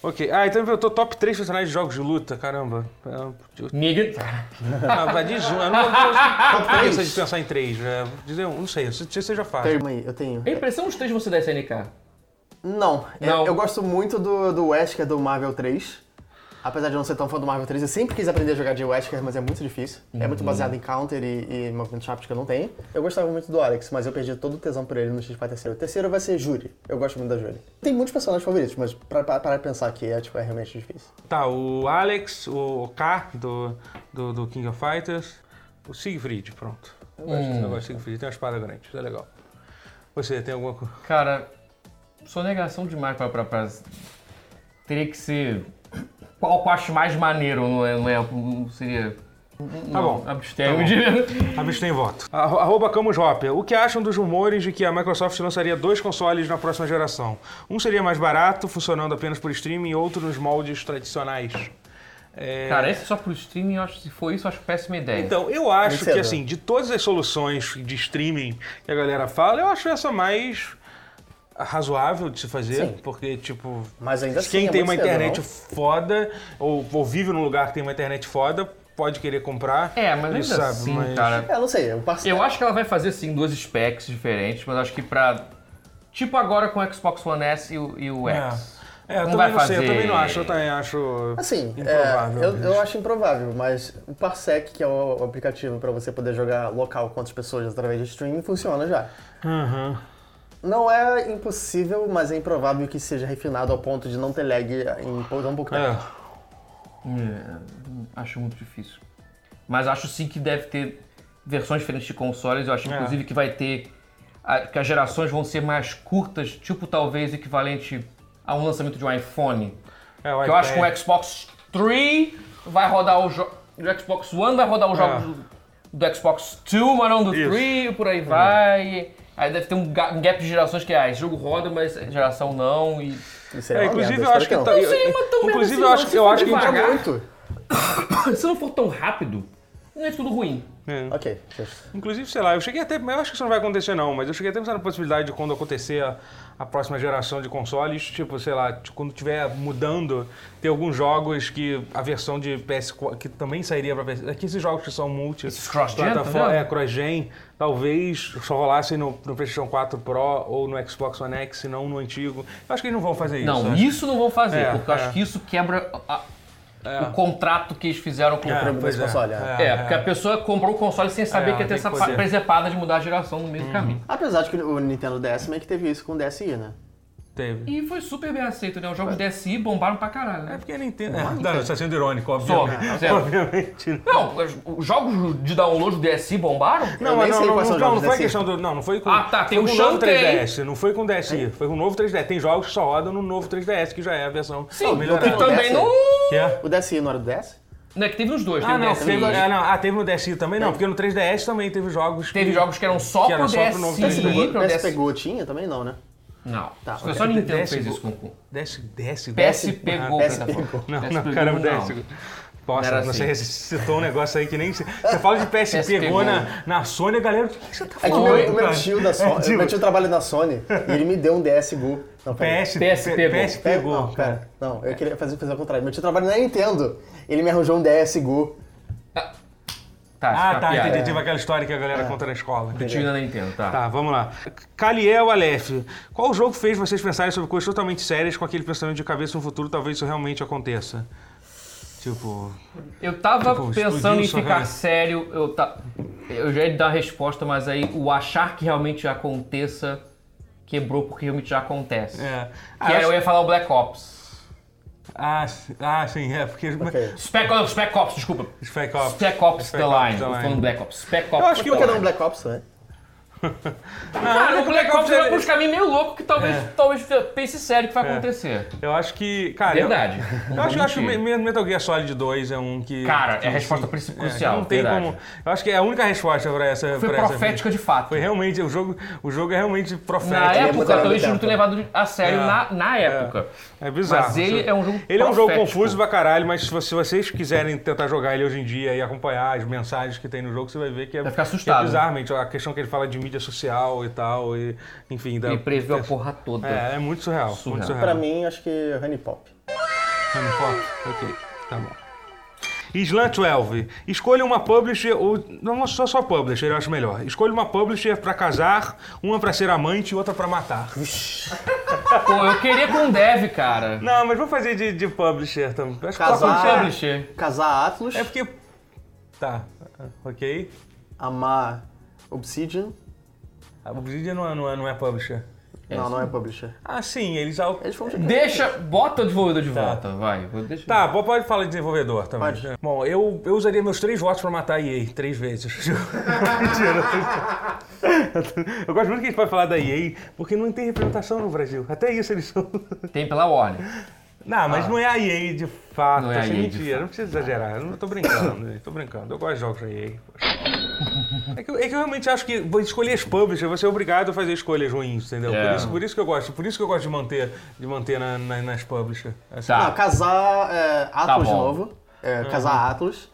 Speaker 1: Ok. Ah, então eu tô top 3 personagens de jogos de luta, caramba. É, eu-
Speaker 2: Negan. Cara,
Speaker 1: Ah, vai de zoom. Eu não vou
Speaker 3: três?
Speaker 1: pensa de pensar em três. né? Dizer um, não sei, se se seja fácil.
Speaker 3: Calma aí, eu tenho.
Speaker 2: a impressão dos três você dá SNK.
Speaker 3: Não, é, eu-
Speaker 2: Não.
Speaker 3: Eu, gosto muito do, do Wesker do Marvel 3. Apesar de eu não ser tão fã do Marvel 3, eu sempre quis aprender a jogar de Wesker, mas é muito difícil. É
Speaker 1: Uhum.
Speaker 3: muito baseado em counter e, e movimento rápido que eu não tenho. Eu gostava muito do Alex, mas eu perdi todo o tesão por ele no X4 terceiro. O terceiro vai ser Júri. Eu gosto muito da Júri. Tem muitos personagens favoritos, mas pra pra- parar de pensar que é, tipo, é realmente difícil.
Speaker 1: Tá, o Alex, o K do, do, do King of Fighters, o Siegfried, pronto. Eu gosto desse negócio de Siegfried, tem uma espada grande, isso é legal. Você tem alguma coisa?
Speaker 2: Cara, sou negação demais pra, pra, pra- Teria que ser. Qual que eu acho mais maneiro, não é? Não é não seria.
Speaker 1: Tá bom.
Speaker 2: Abstêmio
Speaker 1: Tá bom.
Speaker 2: de.
Speaker 1: Abstém voto. Arro- Arroba Camus Hopper. O que acham dos rumores de que a Microsoft lançaria dois consoles na próxima geração? Um seria mais barato, funcionando apenas por streaming, e outro nos moldes tradicionais. É,
Speaker 2: Cara, esse só pro streaming, eu acho, se for isso, eu acho péssima ideia.
Speaker 1: Então, eu acho
Speaker 3: Vencedor.
Speaker 1: que, assim, de todas as soluções de streaming que a galera fala, eu acho essa mais razoável de se fazer,
Speaker 3: Sim.
Speaker 1: porque, tipo,
Speaker 3: Mas ainda assim,
Speaker 1: quem
Speaker 3: é
Speaker 1: tem
Speaker 3: muito
Speaker 1: uma
Speaker 3: cedo,
Speaker 1: internet
Speaker 3: não?
Speaker 1: foda ou, ou vive num lugar que tem uma internet foda, pode querer comprar.
Speaker 2: é, mas
Speaker 1: ele
Speaker 2: ainda
Speaker 1: sabe,
Speaker 2: assim,
Speaker 1: mas-
Speaker 2: cara.
Speaker 3: É, não sei, eu passei.
Speaker 2: Eu acho que ela vai fazer sim duas specs diferentes, mas acho que pra. Tipo agora com o Xbox One S e o, e o X.
Speaker 1: É, eu
Speaker 2: Não
Speaker 1: também
Speaker 2: vai
Speaker 1: não sei, eu
Speaker 2: fazer-
Speaker 1: também não acho, eu também acho
Speaker 3: Assim,
Speaker 1: improvável. né?
Speaker 3: é, eu, eu acho improvável, mas o Parsec, que é o aplicativo pra você poder jogar local com outras pessoas através de streaming, funciona já.
Speaker 1: Aham.
Speaker 3: Não é impossível, mas é improvável que seja refinado ao ponto de não ter lag em pou- tão pouco né? tempo.
Speaker 1: É.
Speaker 2: É, acho muito difícil. Mas acho sim que deve ter versões diferentes de consoles. Eu acho
Speaker 1: É.
Speaker 2: inclusive que vai ter. a- que as gerações vão ser mais curtas, tipo talvez equivalente a um lançamento de um iPhone.
Speaker 1: É, o
Speaker 2: Que eu acho que
Speaker 1: iPad.
Speaker 2: o Xbox 3 vai rodar o jogo. O Xbox One vai rodar os jogos
Speaker 1: É.
Speaker 2: do- do Xbox 2, mas não do
Speaker 1: Isso.
Speaker 2: 3, e por aí vai. Aí deve ter um ga- um gap de gerações que, ah, esse jogo roda, mas a geração não. E...
Speaker 3: Isso
Speaker 1: É,
Speaker 3: uma
Speaker 1: inclusive
Speaker 3: merda,
Speaker 1: eu acho que
Speaker 3: espero
Speaker 1: tá.
Speaker 2: Não sei, mas tão merda
Speaker 1: Inclusive
Speaker 2: assim,
Speaker 1: eu
Speaker 2: não,
Speaker 1: acho
Speaker 2: se
Speaker 1: que eu
Speaker 2: for
Speaker 1: acho que
Speaker 2: devagar.
Speaker 3: não. Muito?
Speaker 2: Se não for tão rápido, não é tudo ruim.
Speaker 1: É.
Speaker 3: Ok, justo.
Speaker 1: Inclusive, sei lá, eu cheguei até. Eu acho que isso não vai acontecer, não, mas eu cheguei até a pensar na possibilidade de quando acontecer a, a próxima geração de consoles, tipo, sei lá, t- quando tiver mudando, ter alguns jogos que a versão de PS4, que também sairia pra PS4. Aqui esses jogos que são multi.
Speaker 2: Esses cross-gen, tá
Speaker 1: plataforma-
Speaker 2: vendo?
Speaker 1: É, cross-gen, talvez só rolassem no, no PlayStation 4 Pro ou no Xbox One X, e não no antigo. Eu acho que eles não vão fazer isso.
Speaker 2: Não,
Speaker 1: né?
Speaker 2: isso não vão fazer,
Speaker 1: É,
Speaker 2: porque eu
Speaker 1: é.
Speaker 2: acho que isso quebra a- o contrato que eles fizeram com
Speaker 1: É,
Speaker 2: o.
Speaker 1: pois
Speaker 3: desse console, é.
Speaker 2: É, porque a pessoa comprou o console sem
Speaker 1: É,
Speaker 2: saber que Uhum. ia ter
Speaker 1: tem
Speaker 2: essa
Speaker 1: que
Speaker 2: fa-
Speaker 1: fazer.
Speaker 2: presepada de mudar a geração no meio do caminho.
Speaker 3: Apesar de que o Nintendo DS meio que teve isso com o DSi, né?
Speaker 1: Teve.
Speaker 2: E foi super bem aceito, né? Os jogos DSI bombaram pra caralho,
Speaker 1: É
Speaker 2: né?
Speaker 1: porque a Nintendo. É, não, está sendo irônico, obviamente.
Speaker 2: Só, sério.
Speaker 1: obviamente. né?
Speaker 2: É, Não, os- os jogos de download do DSI bombaram?
Speaker 1: Não,
Speaker 3: nem
Speaker 1: mas não,
Speaker 3: sei
Speaker 1: não,
Speaker 3: quais
Speaker 1: não,
Speaker 3: são os
Speaker 1: não,
Speaker 3: jogos
Speaker 1: não foi
Speaker 3: desse.
Speaker 1: questão do. Não, não foi com.
Speaker 2: Ah, tá, tem É.
Speaker 1: foi
Speaker 2: o
Speaker 1: com novo
Speaker 2: Shantae.
Speaker 1: 3DS, não foi com o DSi, foi com o novo 3DS. Tem jogos que só rodam no novo 3DS, que já é a versão
Speaker 2: Sim,
Speaker 1: melhorada.
Speaker 2: e também
Speaker 3: DSi.
Speaker 2: não.
Speaker 1: Que é?
Speaker 3: O DSi não era do DS?
Speaker 2: Não é que teve nos dois, teve
Speaker 1: Ah,
Speaker 2: o
Speaker 1: não,
Speaker 2: DSi.
Speaker 1: teve, é, não, ah, teve no DSi também, não, porque no 3DS também teve jogos. que-
Speaker 2: Teve jogos que eram só
Speaker 1: Que era
Speaker 2: pro
Speaker 1: só pro novo
Speaker 2: DSi.
Speaker 1: DS.
Speaker 3: O
Speaker 2: pro
Speaker 3: DS
Speaker 2: DSi.
Speaker 3: pegou, tinha também? Não, né?
Speaker 2: Não,
Speaker 3: Tá,
Speaker 2: foi
Speaker 3: ok.
Speaker 2: só a Nintendo que
Speaker 1: DS
Speaker 2: fez
Speaker 1: pegou.
Speaker 2: isso com o
Speaker 1: DS, DS,
Speaker 2: PS
Speaker 1: Ah,
Speaker 2: pegou,
Speaker 3: PS
Speaker 2: plataforma.
Speaker 1: Não,
Speaker 2: PS
Speaker 1: não,
Speaker 2: pegou,
Speaker 1: caramba,
Speaker 2: não.
Speaker 1: DS. Nossa,
Speaker 2: Era
Speaker 1: você
Speaker 2: assim.
Speaker 1: citou um negócio aí que nem. se- Você fala de PS,
Speaker 2: PS
Speaker 1: pegou
Speaker 2: pegou.
Speaker 1: na, na Sony, a galera, o que, que você tá
Speaker 3: É que
Speaker 1: falando?
Speaker 3: meu, meu
Speaker 1: cara?
Speaker 3: tio da
Speaker 1: É,
Speaker 3: Sony.
Speaker 1: tipo,
Speaker 3: meu tio trabalha na Sony e ele me deu um DS Go. Não, peraí.
Speaker 1: PS,
Speaker 2: PS
Speaker 1: pe-
Speaker 2: pegou.
Speaker 1: PS
Speaker 3: Pera-
Speaker 1: pegou.
Speaker 3: é Não,
Speaker 2: é.
Speaker 1: cara.
Speaker 3: pera. Não, eu queria fazer, fazer o contrário. Meu tio trabalha na Nintendo. Ele me arranjou um DS Go.
Speaker 2: Tá,
Speaker 1: Ah, tá, entendi.
Speaker 2: entendi.
Speaker 1: Tive aquela história que a
Speaker 3: É.
Speaker 1: galera conta na escola.
Speaker 2: Tio na Nintendo, tá.
Speaker 1: Tá, vamos lá. Caliel Aleph, qual jogo fez vocês pensarem sobre coisas totalmente sérias com aquele pensamento de cabeça no futuro, talvez isso realmente aconteça? Tipo.
Speaker 2: Eu tava
Speaker 1: Tipo,
Speaker 2: pensando em
Speaker 1: explodiu,
Speaker 2: ficar
Speaker 1: sabe?
Speaker 2: sério, eu, tá, eu já ia dar a resposta, mas aí o achar que realmente aconteça quebrou porque realmente já acontece.
Speaker 1: É.
Speaker 2: Que
Speaker 1: Ah,
Speaker 2: era,
Speaker 1: acho-
Speaker 2: eu ia falar o Black Ops.
Speaker 1: ah, si- ah, sim, é, porque.
Speaker 3: Ok.
Speaker 2: Spec, Ops- Spec Ops, desculpa.
Speaker 1: Spec Ops.
Speaker 2: Spec Ops The
Speaker 1: Spec
Speaker 2: Line. Tô falando Black Ops. Spec Ops.
Speaker 1: Eu acho que
Speaker 3: Por
Speaker 1: o
Speaker 3: que não Black Ops, né?
Speaker 2: Cara,
Speaker 1: não,
Speaker 2: o é um Black Ops um vai
Speaker 1: é-
Speaker 2: por uns caminhos meio loucos que talvez, talvez pense sério que vai acontecer.
Speaker 1: Eu acho que. Cara, eu-
Speaker 2: Verdade.
Speaker 1: Eu acho, eu acho que Me- Me- Metal Gear Solid 2 é um que.
Speaker 2: Cara,
Speaker 1: que,
Speaker 2: é a resposta
Speaker 1: assim,
Speaker 2: princi-
Speaker 1: é,
Speaker 2: crucial,
Speaker 1: não tem
Speaker 2: verdade.
Speaker 1: como. Eu acho que é a única resposta pra essa.
Speaker 2: Foi
Speaker 1: pra essa-
Speaker 2: profética de fato.
Speaker 1: Foi realmente. O jogo, o jogo é realmente profético.
Speaker 2: Na época,
Speaker 3: botaram
Speaker 2: talvez
Speaker 3: no
Speaker 2: não tenha levado a sério na, na época.
Speaker 1: É bizarro.
Speaker 2: Mas ele é um jogo
Speaker 1: Ele é um jogo
Speaker 2: profético.
Speaker 1: confuso pra caralho, mas se vo- se vocês quiserem tentar jogar ele hoje em dia e acompanhar as mensagens que tem no jogo, você vai ver que é,
Speaker 2: Vai ficar
Speaker 1: que é
Speaker 2: assustado. né?
Speaker 1: bizarramente. A questão que ele fala de mídia social e tal, e enfim. Da,
Speaker 2: Ele previu a porra toda.
Speaker 1: É, é muito surreal. Muito
Speaker 2: Surreal.
Speaker 1: surreal.
Speaker 3: Pra mim, acho que é Honey Pop.
Speaker 1: Tá no foco? Ok, tá bom. Slant 12. Escolha uma publisher ou. Não, só só publisher, eu acho melhor. Escolha uma publisher pra casar, uma pra ser amante e outra pra matar.
Speaker 2: Pô, eu queria com um dev, cara.
Speaker 1: Não, mas vou fazer de, de publisher também. Acho que
Speaker 3: Casar.
Speaker 1: publisher-
Speaker 2: Publisher.
Speaker 3: Casar Atlus,
Speaker 1: É porque. Tá, ok.
Speaker 3: amar Obsidian.
Speaker 1: A Obsidian não é, não é, não é publisher.
Speaker 2: É
Speaker 3: não,
Speaker 2: isso.
Speaker 3: não é publisher. É.
Speaker 1: Ah, sim, eles. al-
Speaker 3: Eles
Speaker 2: um
Speaker 3: foram de
Speaker 2: Deixa, bota o desenvolvedor de
Speaker 1: Tá.
Speaker 2: volta, vai. Vou- Deixa.
Speaker 1: Tá, pô, pode falar de desenvolvedor também.
Speaker 3: Pode.
Speaker 1: É. Bom, eu, eu usaria meus três votos pra matar a EA três vezes. Mentira. Eu gosto muito que a gente pode falar da EA, porque não tem representação no Brasil. Até isso eles são.
Speaker 2: Tem pela ordem.
Speaker 1: Não, mas não é a EA de fato.
Speaker 2: Ah. Não é a
Speaker 1: Isso
Speaker 2: EA de
Speaker 1: mentira.
Speaker 2: fato.
Speaker 1: Não precisa exagerar. Eu não tô brincando, gente, tô brincando. Eu gosto de jogos da EA. poxa. É que, eu- é que eu realmente acho que vou escolher as publishers, você é obrigado a fazer escolhas ruins, entendeu? Por,
Speaker 2: É.
Speaker 1: isso, por isso que eu gosto. Por isso que eu gosto de manter, de manter na- na- nas publishers. Assim,
Speaker 2: Tá.
Speaker 3: Ah, casar é, Atlas de
Speaker 2: bom.
Speaker 3: novo. É, Casar Atlas.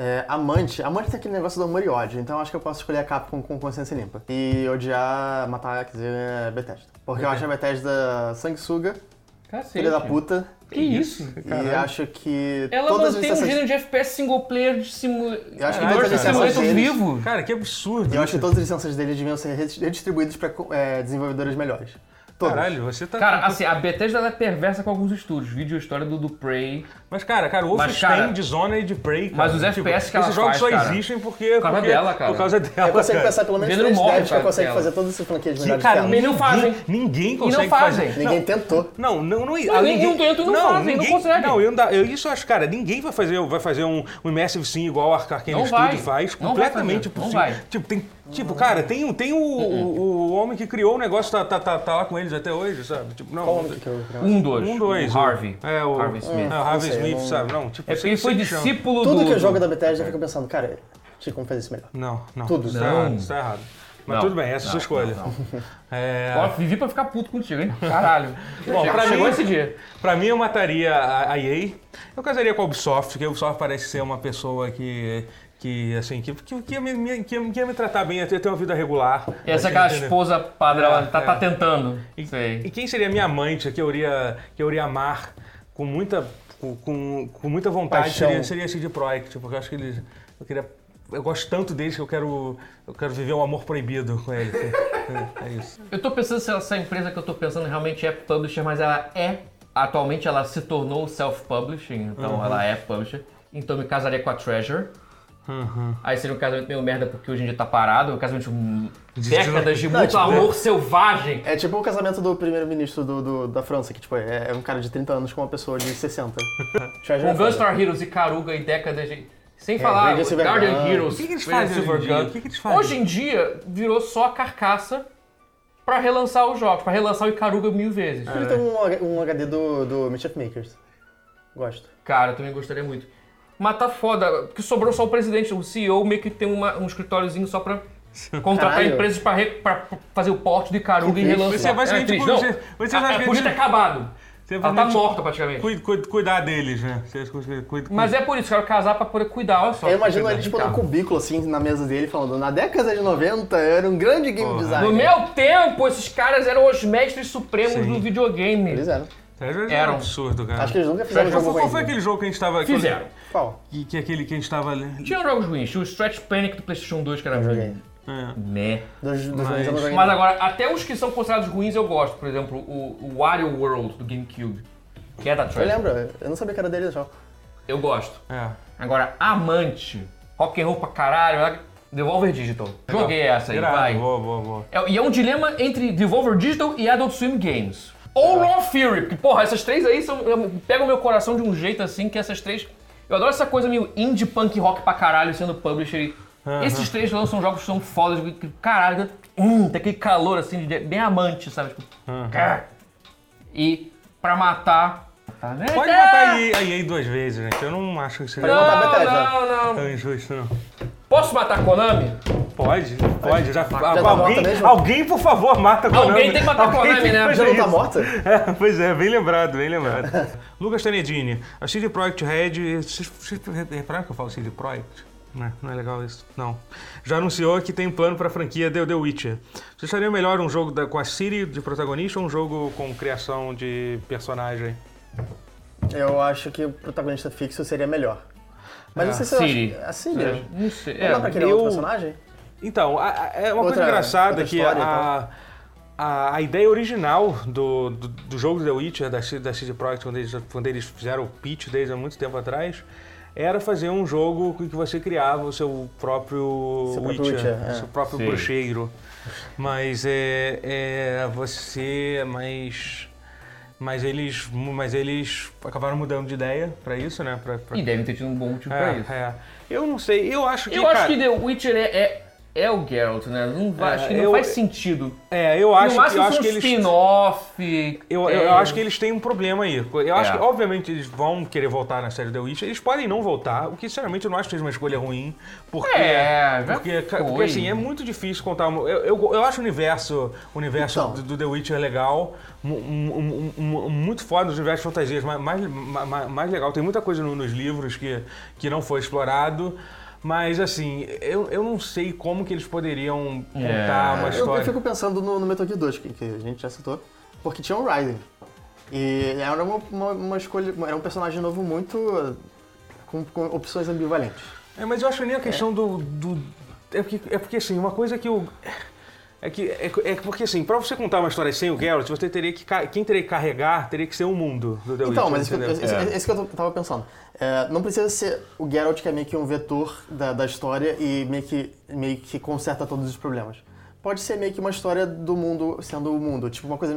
Speaker 3: É, amante. Amante tem aquele negócio do amor e ódio, então acho que eu posso escolher a Capcom com consciência limpa. E odiar, matar, quer dizer, é, Bethesda. Porque eu acho a Bethesda sanguessuga,
Speaker 2: Cacete.
Speaker 3: filha da puta,
Speaker 2: Que isso?
Speaker 3: e acho que
Speaker 2: Ela
Speaker 3: todas as
Speaker 2: mantém um
Speaker 3: instâncias...
Speaker 2: gênero de FPS single player de simula...
Speaker 3: Eu acho que
Speaker 2: Caralho, é
Speaker 1: todas as
Speaker 2: de simulator
Speaker 3: licenças deles-
Speaker 2: vivo.
Speaker 1: Cara, que absurdo.
Speaker 3: Eu acho que
Speaker 1: isso.
Speaker 3: todas as licenças dele deviam ser redis- redistribuídas pra co- é, desenvolvedores melhores. Todas.
Speaker 1: Caralho, você tá.
Speaker 2: Cara, assim, a Bethesda ela é perversa com alguns estúdios. Vídeo história do, do Prey.
Speaker 1: mas, cara, cara, o
Speaker 2: Mas,
Speaker 1: Wolfenstein,
Speaker 2: cara-
Speaker 1: Dishonored e de Prey. Cara, Tipo,
Speaker 2: Mas os FPS que ela
Speaker 1: Esses jogos
Speaker 2: faz,
Speaker 1: só
Speaker 2: cara,
Speaker 1: existem porque. Por
Speaker 2: causa dela, cara.
Speaker 1: Por causa dela.
Speaker 3: Eu consigo
Speaker 1: cara.
Speaker 3: pensar pelo menos
Speaker 2: Gênero
Speaker 3: três
Speaker 2: morre,
Speaker 3: devs que
Speaker 2: cara,
Speaker 3: conseguem
Speaker 2: dela.
Speaker 3: fazer todas essas franquias
Speaker 1: Que,
Speaker 3: melhores
Speaker 1: cara,
Speaker 3: que
Speaker 2: Eles não
Speaker 1: ninguém-
Speaker 2: fazem.
Speaker 1: Ninguém consegue
Speaker 2: fazem.
Speaker 1: fazer.
Speaker 3: ela. Ninguém tentou.
Speaker 1: Não, não, é não.
Speaker 2: Não, nenhum dentro não fazem, não
Speaker 1: ninguém,
Speaker 2: conseguem.
Speaker 1: Não, eu, não dá- eu- isso eu acho, cara, ninguém vai fazer, vai fazer um, um Immersive Sim igual o Arcane
Speaker 2: Não
Speaker 1: Studio
Speaker 2: vai.
Speaker 1: faz.
Speaker 2: Não vai
Speaker 1: completamente
Speaker 2: fazer, não
Speaker 1: impossível.
Speaker 2: vai. Hum,
Speaker 1: Tipo, tem, tipo cara, tem, o- tem o, o, o homem que criou o negócio, tá, tá, tá, tá lá com eles até hoje, sabe? Tipo, não.
Speaker 3: Como que eu-
Speaker 2: Um, dois.
Speaker 1: Um, dois.
Speaker 2: O Harvey.
Speaker 1: É, o
Speaker 2: Harvey Smith.
Speaker 1: É, o Harvey
Speaker 3: Não sei,
Speaker 1: Smith,
Speaker 3: não-
Speaker 1: sabe? Não, tipo,
Speaker 2: É porque ele
Speaker 1: sem-
Speaker 2: foi
Speaker 1: sem chão.
Speaker 2: discípulo do...
Speaker 3: Tudo que eu
Speaker 2: do-
Speaker 3: jogo da Bethesda eu fico pensando, cara, tinha como fazer isso melhor.
Speaker 1: Não, não.
Speaker 3: Tudo.
Speaker 1: Isso tá
Speaker 2: Não.
Speaker 1: errado. Isso tá errado. Mas
Speaker 2: Não,
Speaker 1: tudo bem, essa é a sua
Speaker 2: não,
Speaker 1: escolha.
Speaker 2: não,
Speaker 1: É,
Speaker 2: Ó, vivi pra ficar puto contigo, hein? Caralho.
Speaker 1: Bom,
Speaker 2: Já
Speaker 1: pra
Speaker 2: chegou
Speaker 1: mim-
Speaker 2: esse dia.
Speaker 1: pra mim, eu mataria a, a EA. Eu casaria com a Ubisoft, porque a Ubisoft parece ser uma pessoa que. Que, assim, que, que, que, ia, me- me, que, ia- que ia me tratar bem, ia ter ter uma vida regular.
Speaker 2: Essa é
Speaker 1: assim,
Speaker 2: aquela
Speaker 1: entendeu?
Speaker 2: esposa padrão,
Speaker 1: É,
Speaker 2: ela tá,
Speaker 1: é.
Speaker 2: tá tentando.
Speaker 1: E,
Speaker 2: Sei.
Speaker 1: e quem seria minha amante que eu iria, que eu iria amar com muita, com, com, com muita vontade
Speaker 3: Paixão.
Speaker 1: seria, seria CD Projekt, porque eu acho que eles. Eu, queria, eu gosto tanto deles que eu quero, eu quero viver um amor proibido com eles. É, é isso.
Speaker 2: Eu tô pensando se essa empresa que eu tô pensando realmente é publisher, mas ela é. Atualmente ela se tornou self-publishing, então
Speaker 1: Uhum.
Speaker 2: ela é publisher. Então eu me casaria com a Treasure.
Speaker 1: Uhum.
Speaker 2: Aí seria um casamento meio merda, porque hoje em dia tá parado. É um casamento de um- décadas de
Speaker 3: Não,
Speaker 2: muito
Speaker 3: tipo,
Speaker 2: amor selvagem.
Speaker 3: É tipo o casamento do primeiro-ministro do- do- da França, que tipo, é, é um cara de 30 anos com uma pessoa de 60. Treasure
Speaker 2: Com
Speaker 3: é foda.
Speaker 2: Um Gunstar Heroes e Caruga e décadas de. Sem
Speaker 3: É,
Speaker 2: falar
Speaker 3: Radiant Silver
Speaker 2: Guardian
Speaker 3: Gun.
Speaker 2: Heroes.
Speaker 1: O que que eles
Speaker 2: Radiant
Speaker 1: fazem hoje em
Speaker 2: Silver
Speaker 1: dia?
Speaker 2: Gun.
Speaker 1: O que que eles fazem?
Speaker 2: Hoje em dia virou só a carcaça pra relançar os jogos, pra relançar o Icaruga mil vezes.
Speaker 3: Ele tem um, H- um HD do, do Mischief Makers. Gosto.
Speaker 2: Cara, eu também gostaria muito. Mas tá foda, porque sobrou só o presidente, o CEO meio que tem uma- um escritóriozinho só pra contratar
Speaker 3: Caralho.
Speaker 2: empresas pra, re- pra fazer o porte do Icaruga
Speaker 3: Que
Speaker 2: e
Speaker 3: triste.
Speaker 2: relançar.
Speaker 1: Mas você vai
Speaker 2: é
Speaker 1: sentir
Speaker 2: triste,
Speaker 1: como
Speaker 2: não.
Speaker 1: você- mas você
Speaker 2: A-
Speaker 1: vai
Speaker 2: é,
Speaker 1: sentir-
Speaker 2: podia ter acabado.
Speaker 1: Você
Speaker 2: Ela tá morta praticamente.
Speaker 1: Cuid- cuid- cuidar deles, né? Você cuida- cuida-
Speaker 2: Mas é por isso, quero casar pra poder cuidar, olha só.
Speaker 3: Eu imagino ele,
Speaker 2: Cuidar.
Speaker 3: tipo, num cubículo, assim, na mesa dele, falando, na década de 90, eu era um grande game designer.
Speaker 2: No meu tempo, esses caras eram os mestres supremos
Speaker 1: Sim.
Speaker 2: do videogame.
Speaker 3: Eles eram.
Speaker 1: Treasure é um
Speaker 2: Eram.
Speaker 1: absurdo, cara.
Speaker 3: Acho que eles nunca fizeram um
Speaker 1: Qual
Speaker 3: jogo
Speaker 1: foi, qual foi
Speaker 3: ruim.
Speaker 1: aquele jogo que a gente tava.
Speaker 2: Fizeram.
Speaker 3: Qual?
Speaker 1: Que, que aquele que a gente tava. É.
Speaker 2: Tinha jogos ruins, tinha o Stretch Panic do PlayStation 2 que era
Speaker 3: Joguei.
Speaker 2: ruim.
Speaker 1: É,
Speaker 2: Né.
Speaker 3: Dos, dos ruins eu não joguei.
Speaker 2: Mas agora, até os que são considerados ruins eu gosto. Por exemplo, o, o Wario World do GameCube, que é da
Speaker 3: Eu
Speaker 2: Treasure.
Speaker 3: lembro, eu não sabia que era dele, só.
Speaker 2: Eu gosto.
Speaker 1: é.
Speaker 2: Agora, Amante, rock and roll pra caralho, Devolver Digital. Joguei essa aí,
Speaker 1: Irado,
Speaker 2: vai.
Speaker 1: boa, boa, boa.
Speaker 2: É- e é um dilema entre Devolver Digital e Adult Swim Games. Ou Raw Fury, porque, porra, essas três aí são, eu- pegam meu coração de um jeito assim que essas três. Eu adoro essa coisa meio indie punk rock pra caralho sendo publisher. Esses três lançam jogos que são fodas, que- que- caralho, hum, tem aquele calor assim, de, bem amante, sabe? Tipo, ah. E pra matar. Tá, né?
Speaker 1: Pode matar a EA, a EA duas vezes, gente. Eu não acho que seja
Speaker 3: matar a Bethesda.
Speaker 2: Não, não, não.
Speaker 1: tão injusto, não.
Speaker 2: Posso matar a Konami?
Speaker 1: Pode, pode. Já,
Speaker 3: tá
Speaker 1: alguém,
Speaker 3: morta mesmo?
Speaker 1: alguém, por favor, mata a Konami.
Speaker 2: Alguém tem que matar a
Speaker 1: Alguém
Speaker 2: Konami,
Speaker 1: tem que
Speaker 2: né?
Speaker 1: fazer
Speaker 3: Já não tá
Speaker 1: isso.
Speaker 3: morta?
Speaker 1: É, pois é, bem lembrado, bem lembrado. Lucas Tanedini, a CD Projekt Red. Vocês vocês repararam que eu falo CD Projekt? Não é- não é legal isso, não. Já anunciou que tem plano para a franquia The, The Witcher. Você acharia melhor um jogo da- com a Siri de protagonista ou um jogo com criação de personagem?
Speaker 3: Eu acho que o protagonista fixo seria melhor. Mas
Speaker 1: Ah,
Speaker 3: não sei se eu
Speaker 2: Siri.
Speaker 3: acho... A Siri. né?
Speaker 2: Não sei.
Speaker 3: Não dá
Speaker 2: é.
Speaker 3: pra criar
Speaker 1: eu-
Speaker 3: outro personagem?
Speaker 1: Então, a- a- é uma
Speaker 3: Outra-
Speaker 1: coisa engraçada
Speaker 3: outra
Speaker 1: que
Speaker 3: história e
Speaker 1: a, a, a ideia original do, do, do jogo The Witcher, da, C- da CD Projekt, quando eles, quando eles fizeram o pitch desde há muito tempo atrás, era fazer um jogo em que você criava o seu próprio
Speaker 3: Seu próprio
Speaker 1: Witcher,
Speaker 3: Witcher, é.
Speaker 1: seu próprio
Speaker 2: Sim.
Speaker 1: bruxeiro. Mas é, é você, mas mas eles, mas eles acabaram mudando de ideia pra isso, né? Pra, pra-
Speaker 2: E devem ter tido um bom motivo pra
Speaker 1: é,
Speaker 2: isso.
Speaker 1: é. Eu não sei, eu acho que
Speaker 2: Eu acho
Speaker 1: cara,
Speaker 2: que The Witcher é, é, é o Geralt, né? Não vai-
Speaker 1: É,
Speaker 2: acho que não
Speaker 1: eu-
Speaker 2: faz sentido.
Speaker 1: é, eu acho
Speaker 2: no
Speaker 1: que eu
Speaker 2: máximo
Speaker 1: acho
Speaker 2: foi um
Speaker 1: que eles
Speaker 2: spin-off.
Speaker 1: Eu, eu-
Speaker 2: é,
Speaker 1: eu acho que eles têm um problema aí. Eu acho
Speaker 2: É.
Speaker 1: que, obviamente, eles vão querer voltar na série The Witch. Eles podem não voltar, o que, sinceramente, eu não acho que seja uma escolha ruim. Porque,
Speaker 2: É, já
Speaker 1: porque, ca-
Speaker 2: foi.
Speaker 1: porque, assim, é muito difícil contar... uma- Eu, eu, eu acho o universo, o universo
Speaker 3: Então.
Speaker 1: do, do The Witcher legal, mu- mu- mu- mu- muito foda os universos de fantasias, mas mais, ma- ma- mais legal. Tem muita coisa no- nos livros que, que não foi explorado. Mas, assim, eu, eu não sei como que eles poderiam contar
Speaker 2: É.
Speaker 1: uma
Speaker 2: Eu-
Speaker 3: Eu, eu
Speaker 1: história.
Speaker 3: fico pensando no, no Metal Gear 2, que, que a gente já citou, porque tinha o Raiden. E era uma, uma, uma escolha, era um personagem novo muito. com, com opções ambivalentes.
Speaker 1: É, mas eu acho nem a questão do, do- É porque, é porque, assim, uma coisa que eu. É que. É, que- é que porque assim, pra você contar uma história sem o Geralt, você teria que. ca- Quem teria que carregar teria que ser o mundo do The
Speaker 3: Então,
Speaker 1: Witcher,
Speaker 3: mas esse,
Speaker 1: entendeu?
Speaker 3: esse, esse- esse que eu tava pensando. É, não precisa ser o Geralt que é meio que um vetor da, da história e meio que, meio que conserta todos os problemas. Pode ser meio que uma história do mundo sendo o mundo. Tipo, uma coisa.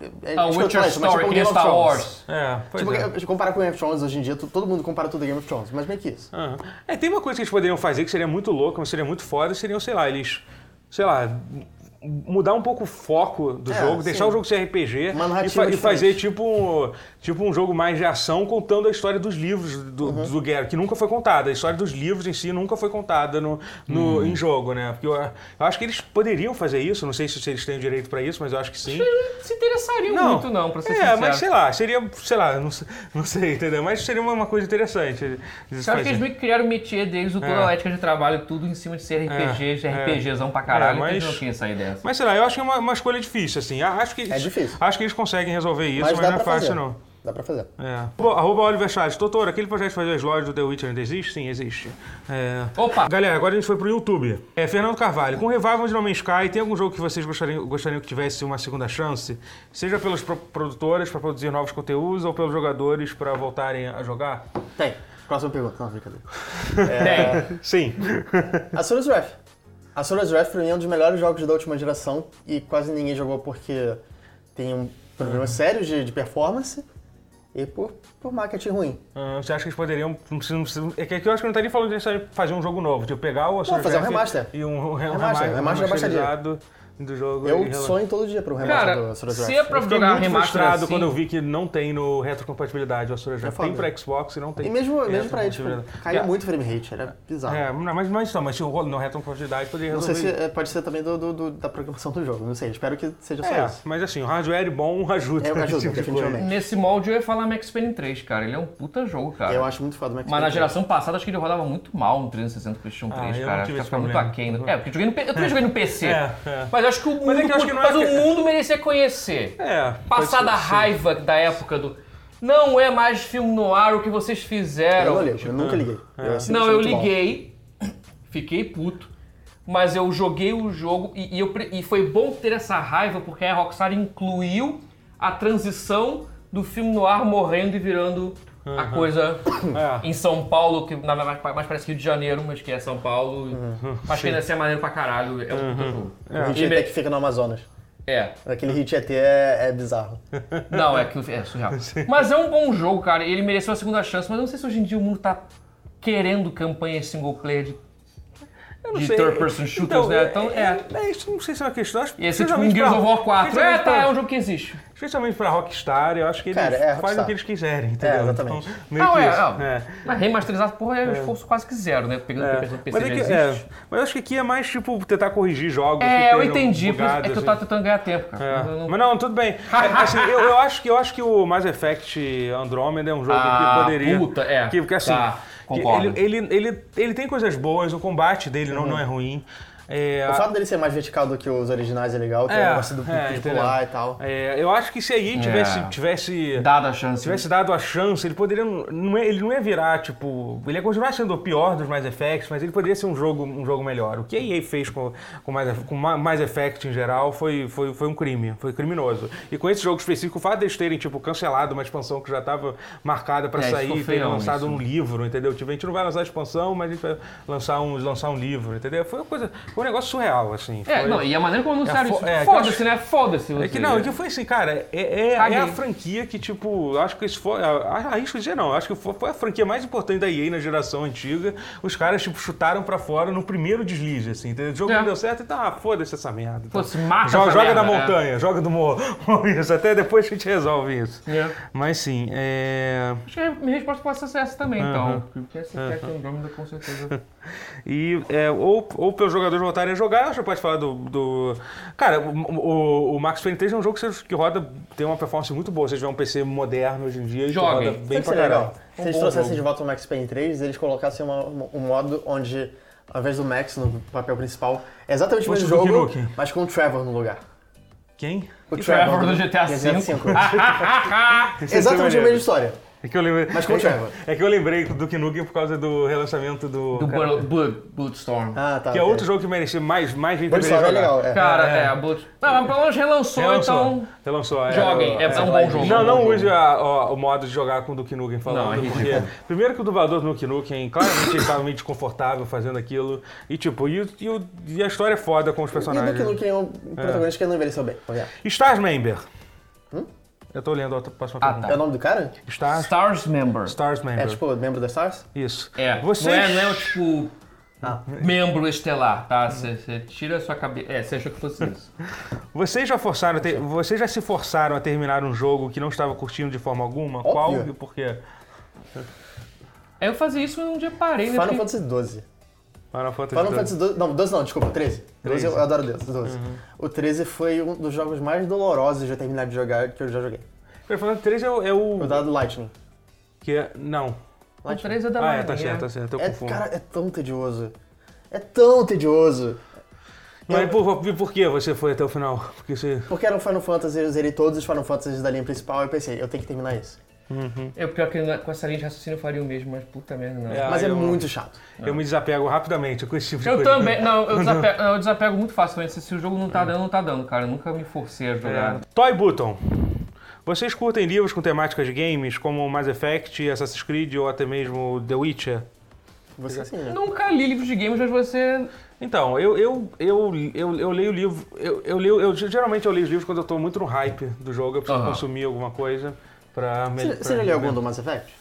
Speaker 3: É, é
Speaker 2: A
Speaker 3: escroto
Speaker 2: Tá, Witcher
Speaker 3: falar isso, mas
Speaker 2: Story,
Speaker 3: tipo
Speaker 2: que
Speaker 3: um
Speaker 2: nem
Speaker 3: Game of
Speaker 2: Ah, Star
Speaker 3: Thrones.
Speaker 2: Wars.
Speaker 1: É, pois
Speaker 3: Tipo,
Speaker 1: é.
Speaker 3: é, comparar com Game of Thrones hoje em dia, tu- todo mundo compara tudo a Game of Thrones, mas meio que isso.
Speaker 1: Ah. É, tem uma coisa que eles poderiam fazer que seria muito louca, mas seria muito foda, seriam, sei lá, eles. Sei lá. m- Mudar um pouco o foco do
Speaker 3: É,
Speaker 1: jogo, deixar
Speaker 3: sim.
Speaker 1: o jogo ser RPG
Speaker 3: Uma
Speaker 1: e,
Speaker 3: narrativa
Speaker 1: e
Speaker 3: diferente.
Speaker 1: fazer tipo um, tipo um jogo mais de ação contando a história dos livros do,
Speaker 3: Uhum.
Speaker 1: do Geralt, que nunca foi contada. A história dos livros em si nunca foi contada no, no-
Speaker 3: Uhum.
Speaker 1: em jogo, né? Porque eu, eu acho que eles poderiam fazer isso, não sei se, se eles têm direito pra isso, mas eu acho que sim.
Speaker 2: Eles não se interessariam muito, não, pra ser
Speaker 1: é,
Speaker 2: sincero.
Speaker 1: mas sei lá, seria, sei lá, não, se- não sei, entendeu? Mas seria uma, uma coisa interessante. de se
Speaker 2: Você acha que
Speaker 1: fazer.
Speaker 2: eles meio que criaram o métier deles, o toda a ética de trabalho, tudo em cima de ser RPGs,
Speaker 1: É, é.
Speaker 2: RPGzão pra caralho.
Speaker 1: É, mas-
Speaker 2: Eles não tinham essa ideia.
Speaker 1: Mas sei lá, eu acho que é uma, uma escolha difícil, assim. Ah, Acho que eles,
Speaker 3: É difícil.
Speaker 1: Acho que eles conseguem resolver isso, mas,
Speaker 3: Mas dá
Speaker 1: não é
Speaker 3: pra
Speaker 1: fácil,
Speaker 3: fazer.
Speaker 1: não.
Speaker 3: Dá pra fazer.
Speaker 1: É. Bom, arroba Oliver Charles. Doutor, aquele projeto de fazer as lojas do The Witcher ainda existe? Sim, existe. É.
Speaker 2: Opa!
Speaker 1: Galera, agora a gente foi pro YouTube. É, Fernando Carvalho, com o revival de No Man's Sky, tem algum jogo que vocês gostariam, gostariam que tivesse uma segunda chance? Seja pelas pro- produtoras para produzir novos conteúdos ou pelos jogadores para voltarem a jogar?
Speaker 3: Tem. Próxima pergunta. Não, brincadeira. É.
Speaker 2: Tem.
Speaker 1: Sim.
Speaker 3: Asura's Wrath. Asura's Wrath pra mim é um dos melhores jogos da última geração e quase ninguém jogou porque tem um problema sério de, de performance e por, por marketing ruim.
Speaker 1: Ah, você acha que eles poderiam. Não precisa, não precisa- é que aqui eu acho que não tá nem falando disso de fazer um jogo novo, tipo pegar o Assassin's
Speaker 3: fazer um
Speaker 1: Creed
Speaker 3: remaster.
Speaker 1: E um, um remaster,
Speaker 3: Remaster,
Speaker 1: um
Speaker 3: remaster da baixaria.
Speaker 1: remasterizado do jogo. e
Speaker 3: Eu
Speaker 1: rela-
Speaker 3: sonho todo dia pro remaster do
Speaker 2: Cara,
Speaker 3: Asura's
Speaker 2: se
Speaker 3: Wrath.
Speaker 2: é pra
Speaker 1: Fiquei
Speaker 2: jogar
Speaker 1: muito
Speaker 2: remaster
Speaker 1: frustrado
Speaker 2: assim...
Speaker 1: quando eu vi que não tem no retrocompatibilidade o Asura's Wrath.
Speaker 3: É foda.
Speaker 1: Tem pra Xbox e não tem.
Speaker 3: E mesmo, mesmo
Speaker 1: tá
Speaker 3: pra ele, tipo,
Speaker 1: retrocompatibilidade.
Speaker 3: caiu
Speaker 2: É.
Speaker 3: muito frame rate, era bizarro.
Speaker 1: É, não, mas, mas, não, mas se o no retrocompatibilidade poderia
Speaker 3: Não sei
Speaker 1: resolver.
Speaker 3: se
Speaker 1: isso.
Speaker 3: é, pode ser também do, do- do- da programação do jogo, não sei, espero que seja só
Speaker 1: É,
Speaker 3: isso.
Speaker 1: mas assim, o hardware bom ajuda.
Speaker 3: É,
Speaker 1: nesse tipo de
Speaker 3: ajuda,
Speaker 1: coisa.
Speaker 3: definitivamente.
Speaker 2: Nesse molde eu ia falar Max Payne 3, cara. Ele é um puta jogo, cara.
Speaker 3: Eu acho muito foda é, o Max
Speaker 2: Mas na
Speaker 3: Payne.
Speaker 2: geração passada acho que ele rodava muito mal no 360 pro PlayStation
Speaker 1: Ah,
Speaker 2: 3,
Speaker 1: eu não
Speaker 2: cara. Acho
Speaker 1: tive
Speaker 2: que
Speaker 1: esse
Speaker 2: fica muito
Speaker 1: problema.
Speaker 2: aquém. do- É, porque eu, joguei no, P- eu também joguei no PC.
Speaker 1: É, é.
Speaker 2: Mas acho que o mundo,
Speaker 1: é que eu acho que não é
Speaker 2: mas
Speaker 1: que-
Speaker 2: o mundo merecia conhecer.
Speaker 1: É,
Speaker 2: Passar
Speaker 1: pode
Speaker 2: da
Speaker 1: ser, sim.
Speaker 2: raiva da época do. Não é mais filme no ar o que vocês
Speaker 3: Eu
Speaker 2: fizeram.
Speaker 3: não ligo, é eu nunca liguei. Eu sempre
Speaker 2: Não, eu
Speaker 3: achei é muito bom.
Speaker 2: liguei, fiquei puto, mas eu joguei o jogo e, e eu pre- e foi bom ter essa raiva porque a Rockstar incluiu a transição do filme no ar morrendo e virando a coisa
Speaker 1: É.
Speaker 2: em São Paulo, que na verdade mais parece Rio de Janeiro, mas que é São Paulo.
Speaker 1: Uhum.
Speaker 2: Mas que ainda assim é maneiro pra caralho, é um puta jogo.
Speaker 3: O Hit
Speaker 2: E
Speaker 3: ET
Speaker 2: me-
Speaker 3: que fica no Amazonas.
Speaker 2: é.
Speaker 3: Aquele Hit ET é, é bizarro.
Speaker 2: Não, é que é surreal. Mas é um bom jogo, cara. Ele mereceu uma segunda chance, mas eu não sei se hoje em dia o mundo tá querendo campanhas single player de
Speaker 1: Eu não
Speaker 2: de
Speaker 1: sei.
Speaker 2: third-person shooters, né? Então, é.
Speaker 1: é, isso não sei se é uma questão. acho que
Speaker 2: E esse é tipo um
Speaker 1: especialmente
Speaker 2: Gears
Speaker 1: pra-
Speaker 2: of War 4. É,
Speaker 1: especialmente
Speaker 2: tá,
Speaker 1: pra-
Speaker 2: é um jogo que existe.
Speaker 1: Especialmente pra Rockstar, eu acho que eles
Speaker 3: Cara, é,
Speaker 1: fazem o
Speaker 3: Rockstar.
Speaker 1: que eles quiserem, entendeu?
Speaker 3: É, exatamente.
Speaker 1: Então, meio
Speaker 2: Não,
Speaker 1: que
Speaker 2: é,
Speaker 1: isso.
Speaker 2: não.
Speaker 1: É.
Speaker 2: Mas remasterizar, porra, é um esforço quase que zero, né? Pegando o que o
Speaker 1: Mas,
Speaker 2: PC
Speaker 1: é
Speaker 2: já
Speaker 1: que-
Speaker 2: existe.
Speaker 1: é, mas eu acho que aqui é mais tipo tentar corrigir jogos. que
Speaker 2: É, eu
Speaker 1: estejam
Speaker 2: entendi. por isso É
Speaker 1: bugados,
Speaker 2: que eu
Speaker 1: assim.
Speaker 2: tava tentando ganhar tempo, cara. Eu
Speaker 1: É.
Speaker 2: não-
Speaker 1: Mas não, tudo bem. É, assim, eu, eu acho que, eu acho que o Mass Effect Andromeda é um jogo
Speaker 2: Ah,
Speaker 1: que poderia.
Speaker 2: puta, é.
Speaker 1: Que, porque assim.
Speaker 2: Tá,
Speaker 1: que
Speaker 2: concordo. Uhum.
Speaker 1: ele, ele, ele, ele tem coisas boas, o combate dele não, não é ruim. É,
Speaker 3: O fato dele ser mais vertical do que os originais é legal, que é,
Speaker 1: É,
Speaker 3: o negócio do
Speaker 1: é,
Speaker 3: de
Speaker 1: entendeu?
Speaker 3: pular e tal.
Speaker 1: é, eu acho que se a EA tivesse,
Speaker 2: É.
Speaker 1: tivesse,
Speaker 2: Dada a chance.
Speaker 1: tivesse dado a chance, ele poderia. Não é- ele não ia virar, tipo. Ele ia continuar sendo o pior dos Mass Effects, mas ele poderia ser um jogo, um jogo melhor. O que a EA fez com, com, Mass, com Ma- Mass Effect em geral foi, foi, foi um crime, foi criminoso. E com esse jogo específico, o fato deles terem, tipo, cancelado uma expansão que já estava marcada pra
Speaker 2: É, isso
Speaker 1: sair
Speaker 2: ficou
Speaker 1: e terem
Speaker 2: feião,
Speaker 1: lançado
Speaker 2: isso.
Speaker 1: um livro, entendeu? Tipo, a gente não vai lançar a expansão, mas a gente vai lançar um, lançar um livro, entendeu? Foi uma coisa. Foi um negócio surreal, assim.
Speaker 2: É,
Speaker 1: Foi-
Speaker 2: não, e a maneira como anunciaram
Speaker 1: É, fo-
Speaker 2: isso.
Speaker 1: é, que
Speaker 2: Foda-se, né? Foda-se.
Speaker 1: é
Speaker 2: você.
Speaker 1: que não, é que foi assim, cara, é, é-
Speaker 2: Caguei.
Speaker 1: é a franquia que, tipo, acho que isso foi. a- Arrisco dizer não, acho que foi, foi a franquia mais importante da EA na geração antiga. Os caras, tipo, chutaram pra fora no primeiro deslize, assim, entendeu? O jogo
Speaker 2: É.
Speaker 1: não deu certo, então, ah, foda-se essa merda. Então,
Speaker 2: Foda-se, mata
Speaker 1: joga
Speaker 2: essa
Speaker 1: joga
Speaker 2: merda,
Speaker 1: da
Speaker 2: né?
Speaker 1: montanha, joga do morro. isso, até depois a gente resolve isso.
Speaker 2: É.
Speaker 1: Mas sim, é.
Speaker 2: Acho que a minha resposta pode ser essa também, então. Porque essa aqui é a Andrômeda, com certeza.
Speaker 1: E é, ou, ou pelos jogadores voltarem a jogar, ou você pode falar do. do- Cara, o, o, o Max Payne 3 é um jogo que, você- que roda, tem uma performance muito boa. Se você tiver um PC moderno hoje em dia, ele
Speaker 2: Joguem.
Speaker 1: roda bem
Speaker 3: Sabe que
Speaker 1: pra
Speaker 3: seria
Speaker 1: caralho.
Speaker 3: legal? Se
Speaker 1: É um
Speaker 3: eles
Speaker 1: bom
Speaker 3: trouxessem
Speaker 1: jogo.
Speaker 3: de volta o Max Payne 3, eles colocassem uma- um modo onde, ao invés do Max no papel principal, é exatamente o
Speaker 1: Fosse
Speaker 3: mesmo
Speaker 1: o Duke
Speaker 3: jogo,
Speaker 1: Nukem.
Speaker 3: mas com o Trevor no lugar.
Speaker 1: Quem?
Speaker 3: O
Speaker 2: Trevor do GTA
Speaker 3: V.
Speaker 2: V.
Speaker 1: Ah, Esse
Speaker 3: Exatamente a
Speaker 1: é
Speaker 3: mesma história.
Speaker 1: É que eu lembrei.
Speaker 3: Mas com
Speaker 1: é, que-
Speaker 3: Trevor.
Speaker 1: É que eu lembrei do Duke Nukem por causa do relançamento do.
Speaker 2: Do
Speaker 1: cara,
Speaker 2: Blood, Blood, Bloodstorm.
Speaker 3: Ah, tá.
Speaker 1: que é
Speaker 3: ok.
Speaker 1: outro jogo que merecia mais, mais gente
Speaker 3: Boa
Speaker 1: deveria
Speaker 3: história,
Speaker 1: jogar.
Speaker 3: é legal. É.
Speaker 2: Cara, é, a Blood. Não, mas pelo menos relançou,
Speaker 1: Relançou.
Speaker 2: então.
Speaker 1: Relançou, é.
Speaker 2: Joguem, é, um bom jogo.
Speaker 1: Não,
Speaker 2: é um bom
Speaker 1: não
Speaker 2: jogo.
Speaker 1: use a- ó, o modo de jogar com o Duke Nukem falando.
Speaker 2: Não, é ridículo.
Speaker 1: porque, primeiro que o dublador do Duke Nukem, claramente ele tava meio desconfortável fazendo aquilo. E tipo, e, o- e o- e a história é foda com os
Speaker 3: E o Duke
Speaker 1: personagens.
Speaker 3: Nukem é um protagonista que não envelheceu bem. olha.
Speaker 1: Stars Member.
Speaker 3: Hum?
Speaker 1: Eu tô lendo a outra- próxima
Speaker 2: Ah,
Speaker 1: pergunta.
Speaker 3: É o nome do cara?
Speaker 1: Stars,
Speaker 2: Stars Member.
Speaker 1: Stars Member.
Speaker 3: É tipo membro da Stars?
Speaker 1: Isso.
Speaker 2: É,
Speaker 1: Vocês... Ah.
Speaker 2: não é, não é o tipo membro estelar, tá? Você tira a sua cabeça. É, você achou que fosse isso.
Speaker 1: Vocês já forçaram,
Speaker 3: é
Speaker 1: a ter-
Speaker 3: tipo
Speaker 1: vocês já se forçaram a terminar um jogo que não estava curtindo de forma alguma? Qual e por quê?
Speaker 2: Aí eu fazia isso e um dia parei, né?
Speaker 3: Final
Speaker 2: Porque-
Speaker 3: Fantasy XII.
Speaker 1: Final Fantasy.
Speaker 3: Final
Speaker 1: XII.
Speaker 3: Fantasy XII. Não, 12 não, desculpa, 13. 13 eu adoro Deus, 12.
Speaker 1: Uhum.
Speaker 3: O 13 foi um dos jogos mais dolorosos de eu terminar de jogar que eu já joguei.
Speaker 1: Final Fantasy 3 é o. É o
Speaker 3: O dado Lightning.
Speaker 1: que é- não.
Speaker 2: O 3 é da
Speaker 1: Ah, é,
Speaker 2: Marinha.
Speaker 1: tá certo, tá certo. Eu
Speaker 3: É,
Speaker 1: confundo.
Speaker 3: cara, é tão tedioso. É tão tedioso.
Speaker 1: Mas por, por, por que você foi até o final? Porque você.
Speaker 3: Porque era um Final Fantasy, eu zerei todos os Final Fantasies da linha principal e eu pensei, eu tenho que terminar isso.
Speaker 2: Eu pior que na- com essa linha de raciocínio eu faria o mesmo, mas puta merda, não.
Speaker 1: É,
Speaker 3: Mas
Speaker 1: Ah,
Speaker 3: é
Speaker 1: eu-
Speaker 3: muito chato.
Speaker 1: Eu me desapego rapidamente com esse tipo de
Speaker 2: Eu
Speaker 1: coisa.
Speaker 2: também, não, eu desapego, eu desapego muito facilmente. Se, se o jogo não tá dando, não tá dando, cara. Eu nunca me forcei a jogar.
Speaker 1: É. Toy Button. Vocês curtem livros com temáticas de games, como Mass Effect, Assassin's Creed ou até mesmo The Witcher?
Speaker 3: Você assim,
Speaker 1: É.
Speaker 3: né?
Speaker 2: Nunca li livros de games, mas você.
Speaker 1: Então, eu, eu, eu, eu, eu leio livro. Eu, eu leio, eu, geralmente eu leio os livros quando eu tô muito no hype do jogo, eu preciso
Speaker 2: Aham.
Speaker 1: consumir alguma coisa pra né?
Speaker 3: Você,
Speaker 1: melhorar.
Speaker 3: você já leu algum do Mass Effect?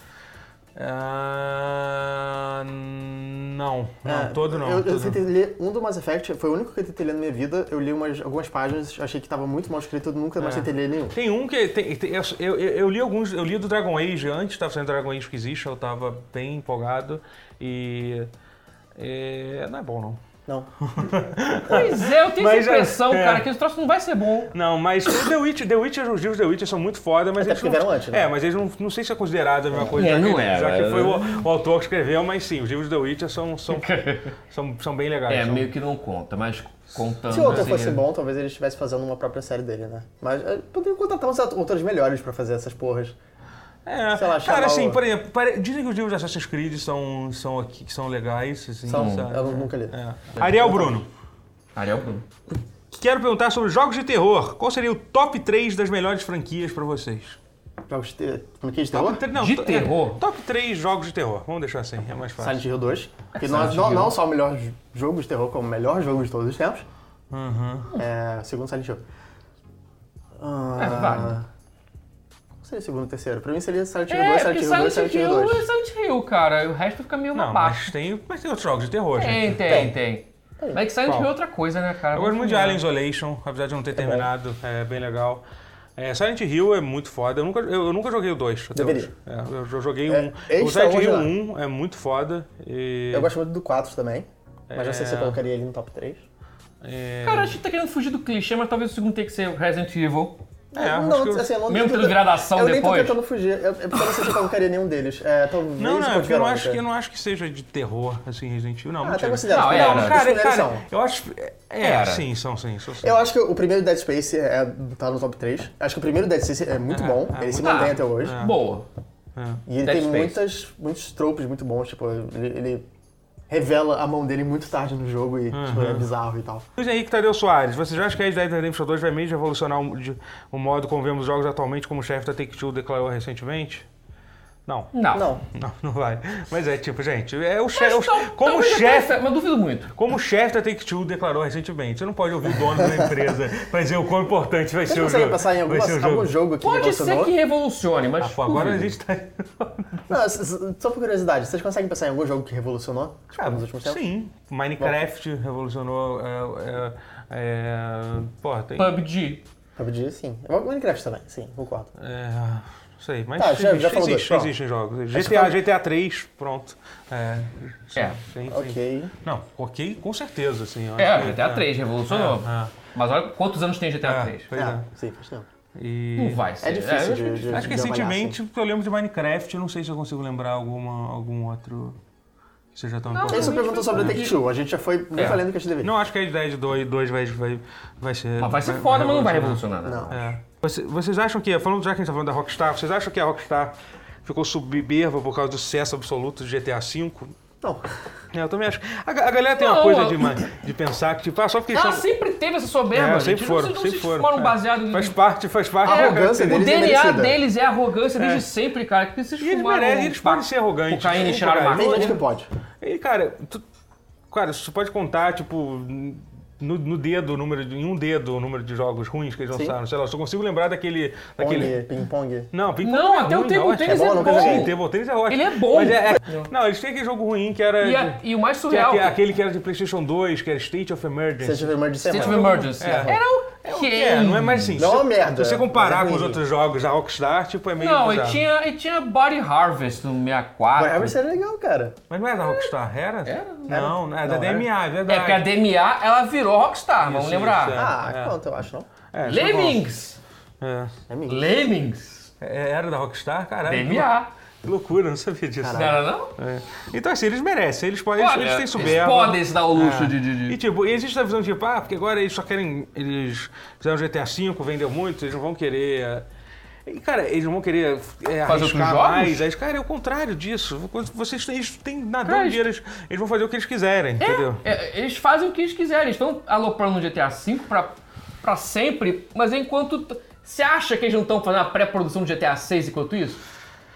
Speaker 1: Ah, não, não,
Speaker 3: É,
Speaker 1: todo não.
Speaker 3: Eu, eu
Speaker 1: todo
Speaker 3: tentei ler um do Mass Effect, foi o único que eu tentei ler na minha vida. Eu li umas, algumas páginas, achei que tava muito mal escrito, eu nunca mais
Speaker 1: É.
Speaker 3: tentei ler nenhum.
Speaker 1: Tem um que. Tem, tem- eu, eu, eu li alguns. Eu li do Dragon Age antes, tava saindo Dragon Age que existe, eu tava bem empolgado. E. é, não é bom, não.
Speaker 3: Não.
Speaker 2: Pois é, eu tenho
Speaker 1: Mas
Speaker 2: essa
Speaker 1: já-
Speaker 2: impressão,
Speaker 1: é.
Speaker 2: cara, que esse troço não vai ser bom.
Speaker 1: Não, mas o The Witcher, The Witcher, os livros The Witcher são muito foda, mas
Speaker 3: Até
Speaker 1: eles
Speaker 3: porque
Speaker 1: não,
Speaker 3: vieram antes, né?
Speaker 1: É, mas eles não, não sei se é considerado a mesma coisa.
Speaker 2: É,
Speaker 1: já que,
Speaker 2: não é,
Speaker 1: Já
Speaker 2: é.
Speaker 1: que foi o, o autor que escreveu, mas sim, os livros The Witcher são, são, são, são bem legais.
Speaker 2: É,
Speaker 1: são-
Speaker 2: meio que não conta, mas contando.
Speaker 1: Uhum.
Speaker 3: Se o autor
Speaker 2: assim,
Speaker 3: fosse bom, talvez ele estivesse fazendo uma própria série dele, né? Mas eh, poderiam contratar uns aut- autores melhores pra fazer essas porras.
Speaker 1: É,
Speaker 3: sei lá, chamar
Speaker 1: cara, assim,
Speaker 3: o-
Speaker 1: por exemplo, pare- dizem que os livros de Assassin's Creed são, são, aqui, que são legais. Assim,
Speaker 3: São,
Speaker 1: sabe?
Speaker 3: eu nunca li.
Speaker 1: É. Ariel Bruno.
Speaker 2: Ariel Bruno.
Speaker 1: Quero perguntar sobre jogos de terror. Qual seria o top 3 das melhores franquias pra vocês?
Speaker 3: Jogos de ter- como que é de terror?
Speaker 1: Top 3, não,
Speaker 2: De
Speaker 1: to- é,
Speaker 2: terror?
Speaker 1: top 3 jogos de terror. Vamos deixar assim, é mais fácil.
Speaker 3: Silent Hill 2, que
Speaker 2: Silent
Speaker 3: não, é- não,
Speaker 2: Hill.
Speaker 3: não só o melhor j- jogo de terror, como o melhor jogo de todos os tempos.
Speaker 1: Uhum. Hum.
Speaker 3: É, segundo Silent Hill. Ah,
Speaker 2: É, válido.
Speaker 3: Qual seria o segundo e o terceiro? Pra mim seria Silent Hill
Speaker 2: É,
Speaker 3: 2,
Speaker 2: porque
Speaker 3: Silent Hill 2,
Speaker 2: Silent
Speaker 3: Silent Hill
Speaker 2: Hill
Speaker 3: 2.
Speaker 2: é Silent Hill, cara. O resto fica meio
Speaker 1: Não,
Speaker 2: uma
Speaker 1: mas
Speaker 2: parte.
Speaker 1: tem, mas tem outros jogos de terror, gente.
Speaker 2: Tem, tem, tem. Mas que Silent Hill é outra coisa, né, cara?
Speaker 1: Eu gosto muito de Alien Isolation, apesar de não ter terminado, é bem legal. É, Silent Hill é muito foda. Eu nunca, eu, eu nunca joguei o 2 até
Speaker 3: Deveria.
Speaker 1: hoje. É, eu jo- joguei
Speaker 3: É,
Speaker 1: um.
Speaker 3: eles
Speaker 1: o Silent
Speaker 3: estão
Speaker 1: Hill
Speaker 3: hoje
Speaker 1: 1 é muito foda. E,
Speaker 3: Eu gosto muito do 4 também, mas não sei se eu
Speaker 1: É.
Speaker 3: colocaria ele no top 3.
Speaker 1: é,
Speaker 2: Cara, a gente tá querendo fugir do clichê, mas talvez o segundo tenha que ser Resident Evil.
Speaker 1: É, acho
Speaker 3: não,
Speaker 1: que eu-
Speaker 3: assim, eu não
Speaker 2: Mesmo
Speaker 3: tô
Speaker 2: tendo gradação
Speaker 3: Eu nem tô
Speaker 2: depois.
Speaker 3: tentando fugir. Eu, é eu não sei se eu colocaria nenhum deles. É, talvez
Speaker 1: Não, não,
Speaker 3: o
Speaker 1: é
Speaker 3: Code
Speaker 1: porque eu não
Speaker 3: Verônica.
Speaker 1: acho que eu não acho que seja de terror, assim, Resident Evil. Não,
Speaker 3: né? Ah, até
Speaker 1: mentira.
Speaker 3: considero.
Speaker 2: Não,
Speaker 3: Não,
Speaker 2: era.
Speaker 1: Não, cara,
Speaker 3: Os primeiros
Speaker 1: cara,
Speaker 3: são.
Speaker 1: eu acho. É, é
Speaker 2: Era.
Speaker 1: sim, são, sim, são sim.
Speaker 3: Eu acho que o primeiro Dead Space é, tá no top 3. Acho que o primeiro Dead Space é muito bom.
Speaker 1: é
Speaker 3: ele se
Speaker 2: muito-
Speaker 3: mantém
Speaker 2: ah,
Speaker 3: até hoje.
Speaker 2: Boa.
Speaker 3: E ele
Speaker 2: Dead
Speaker 3: tem
Speaker 2: Space.
Speaker 3: muitas, muitos tropos muito bons. Tipo, ele, ele revela a mão dele muito tarde no jogo e tipo,
Speaker 1: Uhum.
Speaker 3: é bizarro e tal.
Speaker 1: Luiz Henrique Tadeu Soares, você já acha que a Red Dead Redemption 2 vai meio de revolucionar o, de- o modo como vemos jogos atualmente, como o chefe da Take-Two declarou recentemente? Não,
Speaker 2: Não.
Speaker 3: Não,
Speaker 1: não, não vai. Mas é tipo, gente, é o chefe...
Speaker 2: Tal-
Speaker 1: Como o
Speaker 2: então, talvez até
Speaker 1: chefe...
Speaker 2: essa- Mas duvido muito.
Speaker 1: Como o chefe da Take-Two declarou recentemente, você não pode ouvir o dono da empresa mas dizer o quão importante vai ser é
Speaker 3: Você
Speaker 1: o
Speaker 3: consegue
Speaker 1: jogo.
Speaker 3: pensar em
Speaker 1: vai
Speaker 3: algumas,
Speaker 1: ser o
Speaker 3: algum
Speaker 1: jogo.
Speaker 3: jogo que
Speaker 2: Pode ser
Speaker 3: revolucionou?
Speaker 2: que revolucione, mas.
Speaker 1: Ah, pô, agora a
Speaker 2: duvido.
Speaker 1: gente tá...
Speaker 3: Não, s- s- só por curiosidade, vocês conseguem pensar em algum jogo que revolucionou tipo, nos últimos tempos?
Speaker 1: Sim, Minecraft revolucionou... É, é, é, pô, tem...
Speaker 2: PUBG.
Speaker 3: PUBG, sim. Minecraft também, sim, concordo.
Speaker 1: É, não sei, mas
Speaker 3: Tá, já-
Speaker 1: existe,
Speaker 3: já falou dois,
Speaker 1: existe,
Speaker 3: pronto.
Speaker 1: existem jogos.
Speaker 3: Acho que
Speaker 1: GTA,
Speaker 3: falou-
Speaker 1: GTA 3, pronto. É, sim,
Speaker 2: É,
Speaker 1: sim, sim.
Speaker 3: Ok.
Speaker 1: Não, ok, com certeza, assim. eu acho
Speaker 2: É,
Speaker 1: que-
Speaker 2: GTA 3 revolucionou.
Speaker 1: é.
Speaker 2: Mas olha quantos anos tem GTA 3.
Speaker 1: Pois
Speaker 3: Ah,
Speaker 1: é.
Speaker 3: sim, faz tempo.
Speaker 1: E-
Speaker 2: Não vai ser.
Speaker 3: É difícil de, de,
Speaker 1: Acho que
Speaker 3: de avaliar,
Speaker 1: recentemente eu lembro de Minecraft, eu não sei se eu consigo lembrar alguma, algum outro que seja tão
Speaker 3: assim.
Speaker 1: importante.
Speaker 3: Isso perguntou sobre a Take Two, a gente já foi muito
Speaker 2: É.
Speaker 3: além do que a gente deveria.
Speaker 1: Não acho que a ideia de 2 vai, vai, vai ser.
Speaker 2: Mas vai ser foda, mas não vai revolucionar. né?
Speaker 3: Não.
Speaker 1: É. Você- vocês acham que, falando já que a gente tá falando da Rockstar, vocês acham que a Rockstar ficou subberva por causa do sucesso absoluto de GTA V?
Speaker 3: Não.
Speaker 1: É, eu também acho. A, ga- a galera tem uma
Speaker 2: Não,
Speaker 1: coisa
Speaker 2: eu-
Speaker 1: de, ma- de pensar que, tipo, ah, só porque são-
Speaker 2: Ela sempre teve essa soberba.
Speaker 1: É, sempre
Speaker 2: gente.
Speaker 1: foram,
Speaker 2: Não se- não
Speaker 1: sempre
Speaker 2: se
Speaker 1: foram.
Speaker 2: formaram
Speaker 1: É.
Speaker 2: baseado em-
Speaker 1: Faz parte, faz parte.
Speaker 3: A arrogância
Speaker 1: É,
Speaker 2: O
Speaker 3: deles é
Speaker 2: DNA
Speaker 3: merecida.
Speaker 2: deles é arrogância desde sempre, cara. Por Que vocês
Speaker 1: E eles
Speaker 2: fumaram
Speaker 1: merecem, eles podem ser arrogantes.
Speaker 2: Cocaína e
Speaker 1: Desculpa,
Speaker 2: cheiraram
Speaker 1: cara.
Speaker 2: maconha.
Speaker 3: Tem gente que pode.
Speaker 1: E, cara, tu, cara, você pode contar, tipo, no, no dedo, o número de, em um dedo, o número de jogos ruins que eles
Speaker 3: Sim.
Speaker 1: lançaram. Sei lá, eu só consigo lembrar daquele.
Speaker 2: Tá
Speaker 1: daquele...
Speaker 3: Pong, ping-pong.
Speaker 1: Não, Ping
Speaker 2: Não, até o Table Tennis
Speaker 3: é
Speaker 2: é
Speaker 3: bom, nunca
Speaker 2: bom.
Speaker 3: joguei.
Speaker 1: Sim, Table Tennis é ótimo.
Speaker 2: Ele é bom.
Speaker 1: Mas é- é- Não, eles têm aquele jogo ruim que era.
Speaker 2: E, a- e o mais
Speaker 1: que é
Speaker 2: surreal...
Speaker 1: aque- aquele que era de PlayStation 2, que era State of Emergency.
Speaker 3: Você tiver mais de
Speaker 2: State of
Speaker 3: semana.
Speaker 2: Emergency.
Speaker 1: É.
Speaker 2: Era o quê?
Speaker 1: É, não é mais assim.
Speaker 3: Não é
Speaker 1: se-
Speaker 3: uma merda,
Speaker 1: Se você comparar
Speaker 3: mas é
Speaker 1: com os
Speaker 3: ruim.
Speaker 1: outros jogos da Rockstar, tipo, é meio.
Speaker 2: Não, e
Speaker 1: bizarro.
Speaker 2: tinha, e tinha Body Harvest no 64.
Speaker 3: Whatever seria legal, cara.
Speaker 1: Mas não é da Rockstar, era?
Speaker 2: Era?
Speaker 1: Não, não é da
Speaker 3: Não, era.
Speaker 1: DMA, é verdade.
Speaker 2: É porque a DMA, ela virou Rockstar, vamos
Speaker 1: Isso,
Speaker 2: lembrar.
Speaker 1: isso,
Speaker 3: Ah,
Speaker 1: É.
Speaker 3: quanto eu acho, não?
Speaker 1: É, isso é bom.
Speaker 2: Lemmings!
Speaker 1: É.
Speaker 3: É mim.
Speaker 2: Lemmings!
Speaker 1: É, Era da Rockstar? Caralho.
Speaker 2: DMA.
Speaker 1: Que loucura, eu não sabia disso.
Speaker 2: Não era não?
Speaker 1: É. Então, assim, eles merecem, eles podem,
Speaker 2: Olha,
Speaker 1: eles têm
Speaker 2: eles
Speaker 1: soberba.
Speaker 2: podem se dar o luxo
Speaker 1: É.
Speaker 2: de... de- de-
Speaker 1: E tipo, e existe a visão de, tipo, ah, porque agora eles só querem. Eles fizeram GTA V, vendeu muito, eles não vão querer. é, E, cara, eles não vão querer é,
Speaker 2: Fazer outros
Speaker 1: arriscar
Speaker 2: jogos?
Speaker 1: mais. Aí, cara, é o contrário disso. Quando Vocês têm, eles têm nadando
Speaker 2: Cara,
Speaker 1: dinheiro, eles, eles vão fazer o que eles quiserem, entendeu?
Speaker 2: É, eles fazem o que eles quiserem, eles estão aloprando no GTA V pra, pra sempre, mas enquanto. t- Você acha que eles não estão fazendo a pré-produção do GTA VI enquanto isso?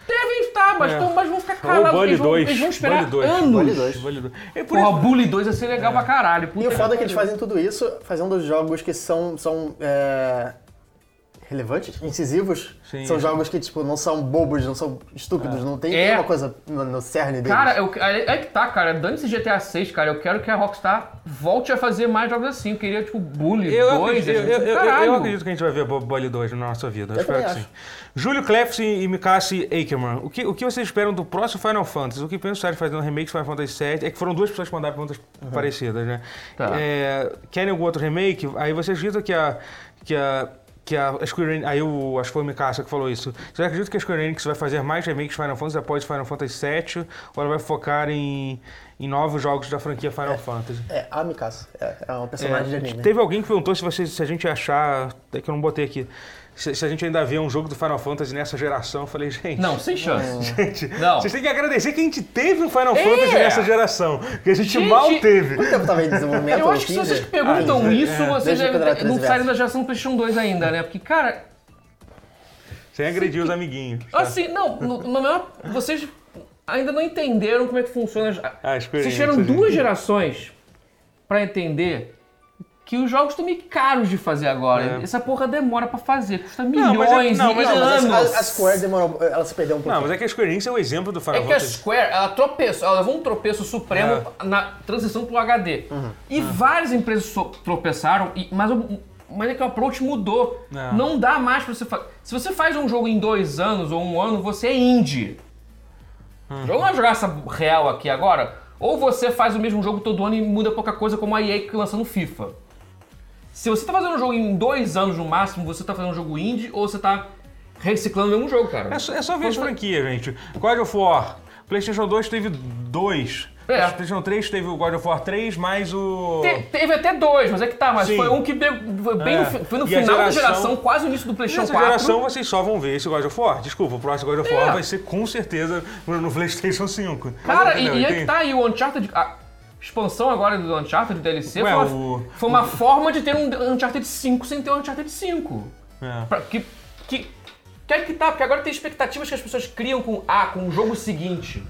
Speaker 2: Devem estar, mas,
Speaker 1: É.
Speaker 2: tão, mas vão ficar
Speaker 1: Ou
Speaker 2: calados.
Speaker 1: Bully
Speaker 2: Eles vão,
Speaker 1: 2.
Speaker 2: eles vão esperar
Speaker 1: Bully 2.
Speaker 2: anos.
Speaker 1: Bully 2. Bully 2. É por
Speaker 2: Porra,
Speaker 1: isso-
Speaker 2: Bully 2 ia ser legal pra caralho.
Speaker 3: E
Speaker 2: puta
Speaker 3: o foda é
Speaker 2: que
Speaker 3: que eles fazem tudo isso fazendo os jogos que são. são é, relevantes, incisivos.
Speaker 1: Sim.
Speaker 3: são jogos que, tipo, não são bobos, não são estúpidos, não tem
Speaker 2: É.
Speaker 3: nenhuma coisa no, no cerne deles.
Speaker 2: Cara, eu, é, é que tá, cara. Dane-se GTA VI, cara. Eu quero que a Rockstar volte a fazer mais jogos assim. Eu queria, tipo, Bully
Speaker 1: Eu,
Speaker 2: 2.
Speaker 1: acredito, eu,
Speaker 2: assim,
Speaker 1: eu- eu-
Speaker 2: caralho.
Speaker 1: eu acredito que a gente vai ver Bob Boyle 2 na nossa vida. Eu espero que
Speaker 3: também
Speaker 1: sim.
Speaker 3: acho.
Speaker 1: Júlio Clefs e e Mikasi Akerman. O que, o que vocês esperam do próximo Final Fantasy? O que pensaram de fazer um remake de Final Fantasy VII? É que foram duas pessoas que mandaram perguntas parecidas, né?
Speaker 2: Uhum. Tá.
Speaker 1: É, querem algum outro remake? Aí vocês dizem que a... Que a que a Square Enix, aí o, acho que foi o Mikasa que falou isso. Vocês acreditam que a Square Enix vai fazer mais remakes de Final Fantasy após Final Fantasy VII? Ou ela vai focar em, em novos jogos da franquia Final Fantasy?
Speaker 3: É, a Mikasa. É, é um personagem
Speaker 1: É,
Speaker 3: de anime.
Speaker 1: Teve alguém que perguntou se, você, se a gente achar. É que eu não botei aqui. Se, se a gente ainda vê um jogo do Final Fantasy nessa geração, eu falei, gente.
Speaker 2: Não, sem chance.
Speaker 1: Gente,
Speaker 2: Não.
Speaker 1: vocês têm que agradecer que a gente teve um Final
Speaker 2: É.
Speaker 1: Fantasy nessa geração. Que a gente,
Speaker 2: Gente,
Speaker 1: mal teve.
Speaker 3: Quanto tempo tava em desenvolvimento?
Speaker 2: Eu acho que se
Speaker 3: no
Speaker 2: vocês
Speaker 3: Kinder?
Speaker 2: perguntam isso, vocês
Speaker 3: Desde que
Speaker 2: devem-
Speaker 3: Ah, é. eu era três
Speaker 2: não saíram
Speaker 3: versos.
Speaker 2: da geração do PlayStation 2 ainda, né? Porque, cara,
Speaker 1: Sem agredir os amiguinhos. tá?
Speaker 2: assim, não, no, no maior, vocês ainda não entenderam como é que funciona. as-
Speaker 1: Ah, as coisas-
Speaker 2: Vocês tiveram duas gerações pra entender que os jogos estão meio caros de fazer agora.
Speaker 1: É.
Speaker 2: Essa porra demora pra fazer, custa
Speaker 1: Não, mas é-
Speaker 2: milhões
Speaker 1: não, mas
Speaker 2: e
Speaker 1: é-
Speaker 3: Não, mas
Speaker 2: anos.
Speaker 3: a, a Square demorou. Ela se perdeu um pouco.
Speaker 1: Não, mas é que a Square Enix é o exemplo do Final
Speaker 2: É que a
Speaker 1: Fantasy.
Speaker 2: Square, ela tropeçou, ela levou um tropeço supremo
Speaker 1: É.
Speaker 2: na transição pro HD. E
Speaker 1: Uhum.
Speaker 2: várias empresas so- tropeçaram, e- mas, o, mas é que o approach mudou.
Speaker 1: É.
Speaker 2: Não dá mais pra você fazer. Se você faz um jogo em dois anos ou um ano, você é indie.
Speaker 1: Uhum.
Speaker 2: Vamos jogar essa real aqui agora? Ou você faz o mesmo jogo todo ano e muda pouca coisa, como a EA que lançando FIFA. Se você tá fazendo um jogo em dois anos no máximo, você tá fazendo um jogo indie ou você tá reciclando o mesmo jogo, cara.
Speaker 1: É só, é só ver as
Speaker 2: Quando-
Speaker 1: franquias, gente. God of War. PlayStation 2 teve dois.
Speaker 2: É.
Speaker 1: PlayStation 3 teve o God of War 3, mais o.
Speaker 2: Te- teve até dois, mas é que tá, mas
Speaker 1: Sim.
Speaker 2: foi um que pegou- foi bem
Speaker 1: É.
Speaker 2: no, fi- foi no
Speaker 1: E a
Speaker 2: final da
Speaker 1: geração-
Speaker 2: geração, quase o início do PlayStation
Speaker 1: Nessa
Speaker 2: 4.
Speaker 1: geração vocês só vão ver esse God of War. Desculpa, o próximo God of War
Speaker 2: É.
Speaker 1: vai ser com certeza no no PlayStation 5.
Speaker 2: Cara,
Speaker 1: Entendeu?
Speaker 2: e, e aí que
Speaker 1: Entende?
Speaker 2: tá aí o Uncharted. A expansão agora do Uncharted DLC
Speaker 1: Ué,
Speaker 2: foi, uma,
Speaker 1: o-
Speaker 2: foi uma forma de ter um Uncharted 5 sem ter um Uncharted 5.
Speaker 1: É.
Speaker 2: Pra- que, que, que é que tá, porque agora tem expectativas que as pessoas criam com ah, com o jogo seguinte.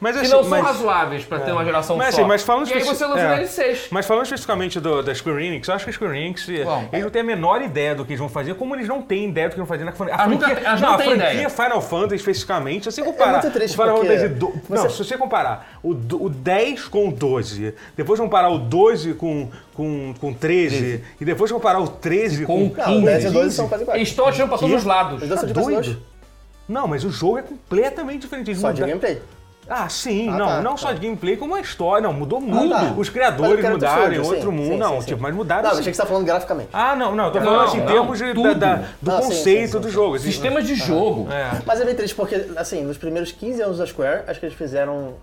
Speaker 1: Mas
Speaker 2: Que
Speaker 1: assim,
Speaker 2: não são
Speaker 1: mas-
Speaker 2: razoáveis pra ter uma geração
Speaker 1: Mas
Speaker 2: só.
Speaker 1: assim, mas falando
Speaker 2: e aí
Speaker 1: especi-
Speaker 2: você lança
Speaker 1: é.
Speaker 2: DLCs.
Speaker 1: Mas falando especificamente do, da Square Enix, eu acho que a Square Enix, eh,
Speaker 2: Bom.
Speaker 1: eles não têm a menor ideia do que eles vão fazer, como eles não têm ideia do que vão fazer na franquia. A
Speaker 2: Elas nunca-
Speaker 1: franquia,
Speaker 2: elas não
Speaker 1: a
Speaker 2: têm
Speaker 1: franquia
Speaker 2: ideia.
Speaker 1: Final Fantasy, especificamente, se você comparar...
Speaker 3: É muito triste
Speaker 1: o Final
Speaker 3: porque
Speaker 1: Fantasy do- Não, se você comparar o, do- o 10 com o 12, depois comparar o 12 com, com, com 13, e depois comparar o 13
Speaker 2: Com
Speaker 1: com...
Speaker 3: Não, 10 e 12
Speaker 1: 15.
Speaker 3: são quase iguais.
Speaker 2: Eles estão atirando pra todos os lados.
Speaker 3: Os dois são de
Speaker 1: Tá
Speaker 3: PS2.
Speaker 1: doido? Não, mas o jogo é completamente diferente. Eles
Speaker 3: Só de
Speaker 1: muda-
Speaker 3: gameplay.
Speaker 1: Ah, sim,
Speaker 3: Ah,
Speaker 1: não,
Speaker 3: tá,
Speaker 1: não
Speaker 3: tá.
Speaker 1: só de gameplay, como a história. Não, mudou muito.
Speaker 3: tá.
Speaker 1: Os
Speaker 3: Mas eu
Speaker 1: criadores
Speaker 3: quero
Speaker 1: mudaram, é
Speaker 3: outro
Speaker 1: outro
Speaker 3: sim,
Speaker 1: mundo.
Speaker 3: sim,
Speaker 1: não,
Speaker 3: sim,
Speaker 1: tipo,
Speaker 3: sim.
Speaker 1: mas
Speaker 3: Não,
Speaker 1: mudaram.
Speaker 3: eu
Speaker 1: sim.
Speaker 3: achei que você tá falando graficamente.
Speaker 1: Ah, não, não, eu tô falando
Speaker 2: Não,
Speaker 1: assim, em
Speaker 2: não,
Speaker 1: termos de-
Speaker 2: tudo.
Speaker 1: da- da- do
Speaker 3: Não, sim,
Speaker 1: conceito
Speaker 3: sim, sim,
Speaker 1: do
Speaker 3: sim.
Speaker 1: jogo. assim.
Speaker 2: Sistemas de jogo.
Speaker 1: É.
Speaker 3: Mas é bem triste porque, assim, nos primeiros 15 anos da Square, acho que eles fizeram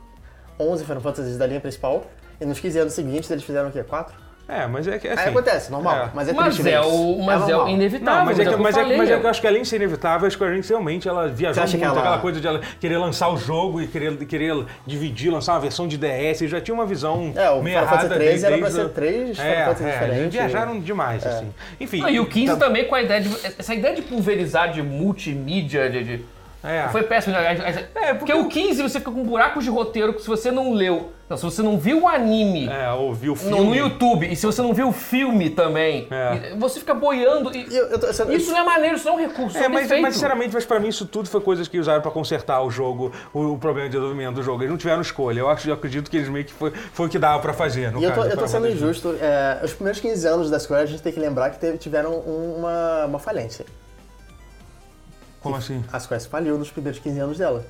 Speaker 3: 11 Final Fantasies da linha principal. E nos 15 anos seguintes eles fizeram o quê? 4?
Speaker 1: É, mas é que
Speaker 3: Aí
Speaker 1: assim.
Speaker 3: acontece, normal.
Speaker 1: É.
Speaker 3: Mas é triste
Speaker 2: Mas é,
Speaker 3: ver isso.
Speaker 2: o, mas é, o
Speaker 3: normal.
Speaker 2: inevitável.
Speaker 1: Não, mas, é,
Speaker 2: o
Speaker 1: que,
Speaker 2: eu
Speaker 1: mas, é,
Speaker 2: falei,
Speaker 1: mas é que eu acho que além de ser inevitável, a Square Enix realmente ela
Speaker 3: né? Você
Speaker 1: viajou
Speaker 3: acha
Speaker 1: muito
Speaker 3: que ela-
Speaker 1: aquela coisa de ela querer lançar o jogo e querer, de querer dividir, lançar uma versão de DS. Eles já tinha uma visão
Speaker 3: É, o
Speaker 1: meio
Speaker 3: Final Fantasy
Speaker 1: errada.
Speaker 3: 13 era pra
Speaker 1: desde
Speaker 3: ser
Speaker 1: o-
Speaker 3: três Final
Speaker 1: é,
Speaker 3: Fantasy
Speaker 1: é, Eles
Speaker 3: diferentes. É.
Speaker 1: viajaram demais, assim. Enfim.
Speaker 2: Não, e o
Speaker 3: Tá.
Speaker 2: 15 também com a ideia de. Essa ideia de pulverizar de multimídia, de. de-
Speaker 1: é.
Speaker 2: Foi péssimo. né?
Speaker 1: É,
Speaker 2: porque,
Speaker 1: porque
Speaker 2: o 15 você fica com buracos de roteiro que se você não leu. Não, se você não viu o anime.
Speaker 1: É, ouvi o filme.
Speaker 2: No, no YouTube, e se você não viu o filme também,
Speaker 1: É.
Speaker 2: e- você fica boiando.
Speaker 3: E
Speaker 2: E,
Speaker 3: eu- eu tô- eu-
Speaker 2: isso não é maneiro, isso não é um recurso.
Speaker 1: É, mas, mas sinceramente, mas pra mim isso tudo foi coisas que usaram pra consertar o jogo, o, o problema de desenvolvimento do jogo. Eles não tiveram escolha. Eu acho, eu acredito que eles meio que foi, foi o que dava pra fazer. No
Speaker 3: E eu
Speaker 1: caso,
Speaker 3: tô, eu tô
Speaker 1: pra
Speaker 3: sendo
Speaker 1: fazer.
Speaker 3: injusto. É, os primeiros 15 anos da Square, a gente tem que lembrar que teve- tiveram um- uma, uma falência.
Speaker 1: Como assim?
Speaker 3: A Square se faliu nos primeiros 15 anos dela.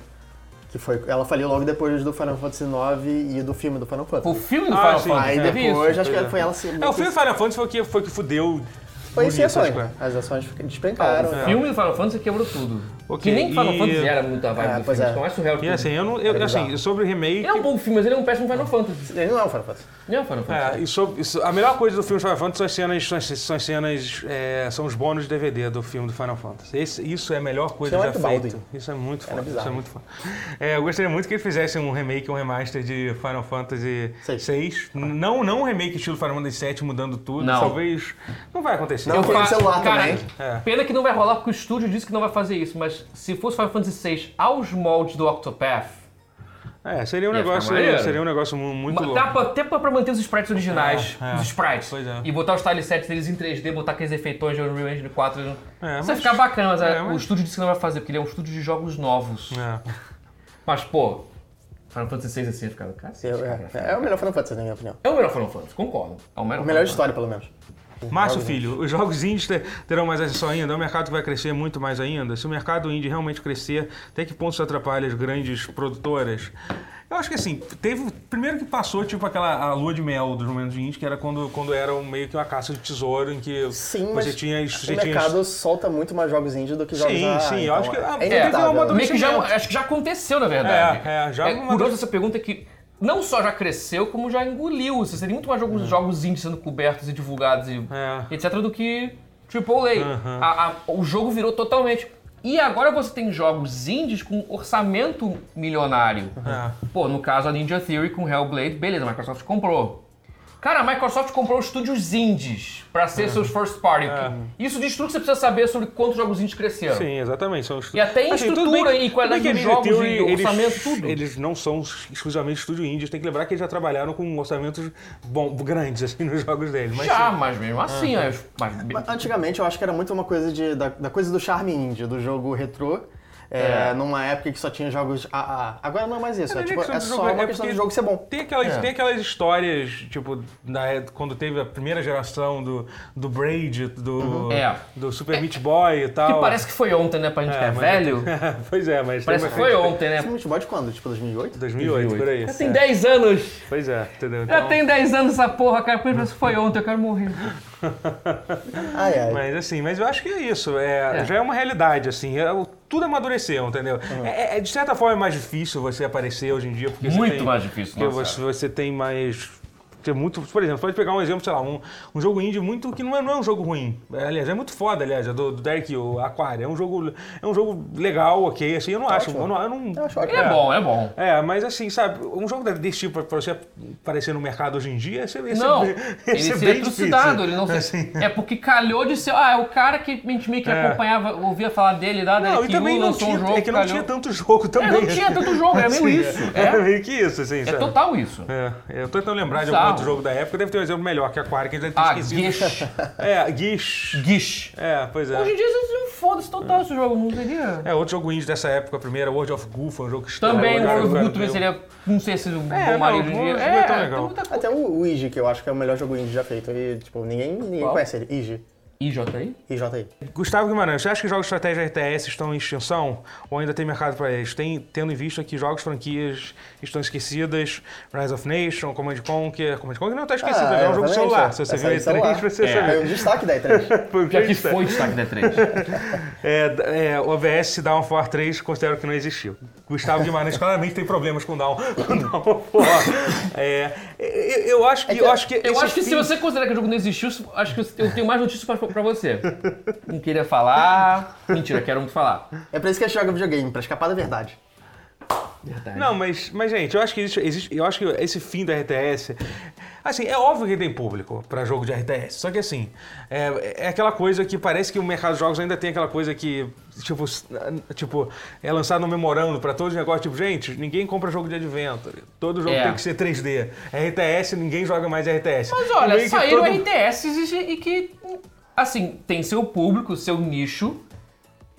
Speaker 3: Que foi, ela faliu logo depois do Final Fantasy IX e do filme do Final
Speaker 2: O
Speaker 3: Fantasy.
Speaker 2: filme do
Speaker 1: Ah,
Speaker 2: Final
Speaker 1: sim.
Speaker 2: Fantasy.
Speaker 3: Aí
Speaker 1: é,
Speaker 2: teve
Speaker 3: depois,
Speaker 1: isso,
Speaker 3: acho que
Speaker 1: pois é.
Speaker 3: foi ela se... meio
Speaker 1: É, o
Speaker 3: que
Speaker 1: filme Final Fantasy foi o que, foi o que fudeu.
Speaker 3: Foi
Speaker 1: bonito,
Speaker 3: isso,
Speaker 1: é.
Speaker 3: e ações.
Speaker 1: Square.
Speaker 3: As ações despencaram.
Speaker 2: O filme do Final Fantasy quebrou tudo.
Speaker 1: Ok,
Speaker 2: que nem Final
Speaker 1: e-
Speaker 2: Fantasy era muita vibe
Speaker 3: É,
Speaker 2: do
Speaker 3: pois
Speaker 2: filme,
Speaker 3: é.
Speaker 2: então é surreal.
Speaker 1: E
Speaker 2: tudo.
Speaker 1: assim, eu não. eu-
Speaker 3: Era
Speaker 1: assim,
Speaker 3: É bizarro.
Speaker 1: sobre o remake.
Speaker 2: Ele é um bom filme, mas ele é um péssimo Final Fantasy.
Speaker 3: Ele não é um Final Fantasy.
Speaker 2: Não é um Final
Speaker 1: É,
Speaker 2: Fantasy.
Speaker 1: e sobre- isso- a melhor coisa do filme Final Fantasy são as cenas, são as, são as cenas, é, são os bônus DVD do filme do Final Fantasy. Esse- isso é a melhor coisa
Speaker 3: Isso é
Speaker 1: já
Speaker 3: muito
Speaker 1: feita.
Speaker 3: balde.
Speaker 1: Isso é muito foda. Isso é
Speaker 3: bizarro.
Speaker 1: muito foda. É, eu gostaria muito que eles fizessem um remake, um remaster de Final Fantasy
Speaker 3: Seis.
Speaker 1: VI. N- Não, não um remake estilo Final Fantasy VII mudando tudo.
Speaker 2: Não.
Speaker 1: Talvez. Não vai acontecer.
Speaker 3: Não,
Speaker 1: Talvez.
Speaker 3: tem celular
Speaker 2: cara,
Speaker 3: também.
Speaker 1: É.
Speaker 2: Pena que não vai rolar porque o estúdio disse que não vai fazer isso, mas se fosse Final Fantasy VI aos moldes do Octopath,
Speaker 1: É, seria um
Speaker 2: Ia ficar
Speaker 1: negócio.
Speaker 2: maneiro.
Speaker 1: Seria um negócio mu- muito
Speaker 2: ma-
Speaker 1: louco.
Speaker 3: tá,
Speaker 2: dá pra, até pra pra manter os sprites originais,
Speaker 1: É, é.
Speaker 2: os sprites,
Speaker 1: Pois é.
Speaker 2: e botar os tileset deles em 3D, botar aqueles efeitões de Unreal Engine 4. Isso
Speaker 1: É,
Speaker 2: vai
Speaker 1: mas-
Speaker 2: ficar bacana, mas, é,
Speaker 1: é,
Speaker 2: o
Speaker 1: mas-
Speaker 2: estúdio disse que não vai fazer, porque ele é um estúdio de jogos novos.
Speaker 1: É.
Speaker 2: Mas, pô, Final Fantasy VI assim ia ficar do cacete, cara.
Speaker 3: É, é o melhor Final Fantasy, na minha opinião.
Speaker 2: É o melhor Final Fantasy, concordo. É o melhor,
Speaker 3: A melhor
Speaker 2: Final Fantasy.
Speaker 3: história, pelo menos.
Speaker 1: Márcio Filho, os jogos indies ter- terão mais acesso ainda? É um mercado que vai crescer muito mais ainda? Se o mercado indie realmente crescer, até que ponto isso atrapalha as grandes produtoras? Eu acho que assim, teve. Primeiro que passou, tipo, aquela a lua de mel dos momentos de indie, que era quando, quando era um- meio que uma caça de tesouro, em que
Speaker 3: Sim,
Speaker 1: você
Speaker 3: mas
Speaker 1: tinha. Você
Speaker 3: o
Speaker 1: tinha
Speaker 3: mercado solta muito mais jogos indie do que jogos
Speaker 1: Sim,
Speaker 3: AA,
Speaker 1: sim, eu
Speaker 3: então
Speaker 1: acho que- ah, tem que
Speaker 3: é
Speaker 1: ter uma
Speaker 3: inevitável.
Speaker 2: Meio que já, acho que já aconteceu, na verdade.
Speaker 1: É, é, já uma-
Speaker 2: curioso essa pergunta que não só já cresceu, como já engoliu. Você tem muito mais jogos, jogos indies sendo cobertos e divulgados e
Speaker 1: É.
Speaker 2: etc. do que AAA. A, a, o jogo virou totalmente. E agora você tem jogos indies com orçamento milionário.
Speaker 1: É.
Speaker 2: Pô, no caso a Ninja Theory com Hellblade, beleza, a Microsoft comprou. Cara, a Microsoft comprou estúdios indies pra ser seus first party. Isso diz tudo que você precisa saber sobre quantos jogos indies cresceram.
Speaker 1: É. Sim, exatamente. São estu- Assim,
Speaker 2: E até em
Speaker 1: tudo
Speaker 2: estrutura
Speaker 1: bem-
Speaker 2: e qualidade
Speaker 1: tudo bem que
Speaker 2: dos
Speaker 1: eles-
Speaker 2: jogos,
Speaker 1: eles-
Speaker 2: de orçamento, tudo.
Speaker 1: Eles não são exclusivamente estúdio indie. Tem que lembrar que eles já trabalharam com orçamentos bom, grandes, assim, nos jogos deles. Mas
Speaker 2: Já, mas mesmo assim, aí os- mas-
Speaker 3: Mas Antigamente eu acho que era muito uma coisa de, da, da coisa do charme indie, do jogo retrô. é,
Speaker 2: É.
Speaker 3: Numa época que só tinha jogos AA. Agora não é mais isso. É,
Speaker 1: Mas
Speaker 3: tipo,
Speaker 1: que
Speaker 3: é
Speaker 1: sobre
Speaker 3: só
Speaker 1: jogo-
Speaker 3: uma
Speaker 1: é
Speaker 3: questão
Speaker 1: porque
Speaker 3: do jogo ser bom.
Speaker 1: Tem aquelas,
Speaker 2: É.
Speaker 1: tem aquelas histórias, tipo, na é- quando teve a primeira geração do, do Braid, do,
Speaker 2: É.
Speaker 1: do Super Meat Boy e tal.
Speaker 2: Que parece que foi ontem, né? Pra gente que é
Speaker 1: mas-
Speaker 2: velho.
Speaker 1: pois é, mas...
Speaker 2: Parece que
Speaker 1: tem-
Speaker 2: foi ontem,
Speaker 1: É.
Speaker 2: né?
Speaker 3: Esse multibot quando? Tipo 2008?
Speaker 1: 2008, por aí.
Speaker 2: Já tem
Speaker 1: É.
Speaker 2: 10 anos.
Speaker 1: Pois é, entendeu?
Speaker 2: Já
Speaker 1: Então,
Speaker 2: tem 10 anos essa porra, cara. Parece que foi ontem, eu quero morrer.
Speaker 3: Ai, ai.
Speaker 1: Mas assim, mas eu acho que é isso. É,
Speaker 2: É.
Speaker 1: Já é uma realidade, assim. é o- tudo amadureceu, entendeu?
Speaker 2: Uhum.
Speaker 1: É, é- de certa forma é mais difícil você aparecer hoje em dia. Porque você
Speaker 2: Muito
Speaker 1: tem-
Speaker 2: mais é. difícil,
Speaker 1: Porque
Speaker 2: nossa.
Speaker 1: você, você tem mais. Tem muito, por exemplo, pode pegar um exemplo, sei lá, um, um jogo indie muito que não é, não é um jogo ruim. É, aliás, é muito foda, aliás, é do, do Derek, o Aquário. É um jogo, é um jogo legal, ok, assim, eu não acho.
Speaker 3: ótimo.
Speaker 1: Eu não, eu não-
Speaker 3: Eu acho ótimo.
Speaker 2: É, bom, é bom.
Speaker 1: É, mas assim, sabe, um jogo desse tipo pra você aparecer no mercado hoje em dia, esse, esse
Speaker 2: Não,
Speaker 1: é bem,
Speaker 2: ele
Speaker 1: esse é
Speaker 2: seria
Speaker 1: bem difícil.
Speaker 2: trucidado, ele não
Speaker 1: Assim.
Speaker 2: É porque calhou de ser. Ah, é o cara que a gente meio que
Speaker 1: É.
Speaker 2: acompanhava, ouvia falar dele lá,
Speaker 1: Não,
Speaker 2: dele
Speaker 1: e também não
Speaker 2: lançou
Speaker 1: tinha,
Speaker 2: um jogo.
Speaker 1: é que não
Speaker 2: calhou.
Speaker 1: tinha tanto jogo também.
Speaker 2: É, não tinha tanto jogo, era meio
Speaker 1: Assim,
Speaker 2: isso.
Speaker 1: Era
Speaker 2: É,
Speaker 1: meio que isso, assim,
Speaker 2: é
Speaker 1: sabe?
Speaker 2: total isso.
Speaker 1: É, eu tô tentando lembrar de algum
Speaker 2: Bizarro.
Speaker 1: outro jogo da época, deve ter um exemplo melhor que Aquário, que a gente
Speaker 2: Ah,
Speaker 1: deve ter
Speaker 2: guish.
Speaker 1: esquecido. É, Guish.
Speaker 2: Guish.
Speaker 1: É, pois é.
Speaker 2: Hoje em dia, isso- foda-se total esse jogo, não seria.
Speaker 1: É, outro jogo indie dessa época, a primeira, World of Goo, foi um jogo que estourou.
Speaker 2: Também o
Speaker 1: cara,
Speaker 2: World of
Speaker 1: cara,
Speaker 2: Goo também
Speaker 1: eu-
Speaker 2: seria. Não sei se o
Speaker 1: É,
Speaker 2: bom marido
Speaker 1: não,
Speaker 2: hoje em
Speaker 1: o
Speaker 2: dia.
Speaker 1: World of Goo é tão
Speaker 2: tem
Speaker 1: legal.
Speaker 2: muita coisa.
Speaker 3: Até o, o Iji, que eu acho que é o melhor jogo indie já feito. E, tipo, ninguém, ninguém
Speaker 2: Qual?
Speaker 3: conhece ele. Iji.
Speaker 2: IJ aí?
Speaker 3: IJI.
Speaker 1: Gustavo Guimarães, você acha que jogos de estratégia RTS estão em extinção ou ainda tem mercado para eles? Tem, tendo em vista que jogos franquias estão esquecidas, Rise of Nation, Command Conquer, Command Conquer não está esquecido,
Speaker 3: Ah,
Speaker 1: é um jogo de
Speaker 3: exatamente,
Speaker 1: celular.
Speaker 3: é.
Speaker 1: Se você
Speaker 3: Essa
Speaker 1: viu
Speaker 3: aí
Speaker 1: E3,
Speaker 3: de celular.
Speaker 1: você
Speaker 2: É.
Speaker 1: sabe.
Speaker 3: É o destaque da E3.
Speaker 1: Foi o
Speaker 2: Já que
Speaker 1: está.
Speaker 2: foi o destaque da 3.
Speaker 1: É, é, OBS Downfall 3 considero que não existiu. Gustavo Guimarães claramente tem problemas com Down, com Downfall. É, eu, eu acho que. eu acho que,
Speaker 2: Eu
Speaker 1: esse
Speaker 2: acho É que se
Speaker 1: fim-
Speaker 2: você considerar que o jogo não existiu, acho que eu tenho mais notícias pra, pra você. Não queria falar. Mentira, quero muito falar.
Speaker 3: É pra isso que a gente joga videogame, pra escapar da verdade.
Speaker 2: Verdade.
Speaker 1: Não, mas, mas gente, eu acho que existe, existe- eu acho que esse fim da RTS, assim, é óbvio que tem público pra jogo de RTS. Só que assim, é, é aquela coisa que parece que o mercado de jogos ainda tem aquela coisa que tipo, s- ah, tipo é lançado um memorando pra todos os negócios, tipo, gente, ninguém compra jogo de adventure. Todo jogo
Speaker 2: É.
Speaker 1: tem que ser 3D. RTS, ninguém joga mais RTS.
Speaker 2: Mas
Speaker 1: Meio
Speaker 2: olha,
Speaker 1: que
Speaker 2: saíram
Speaker 1: todo-
Speaker 2: RTS e, e que, assim, tem seu público, seu nicho,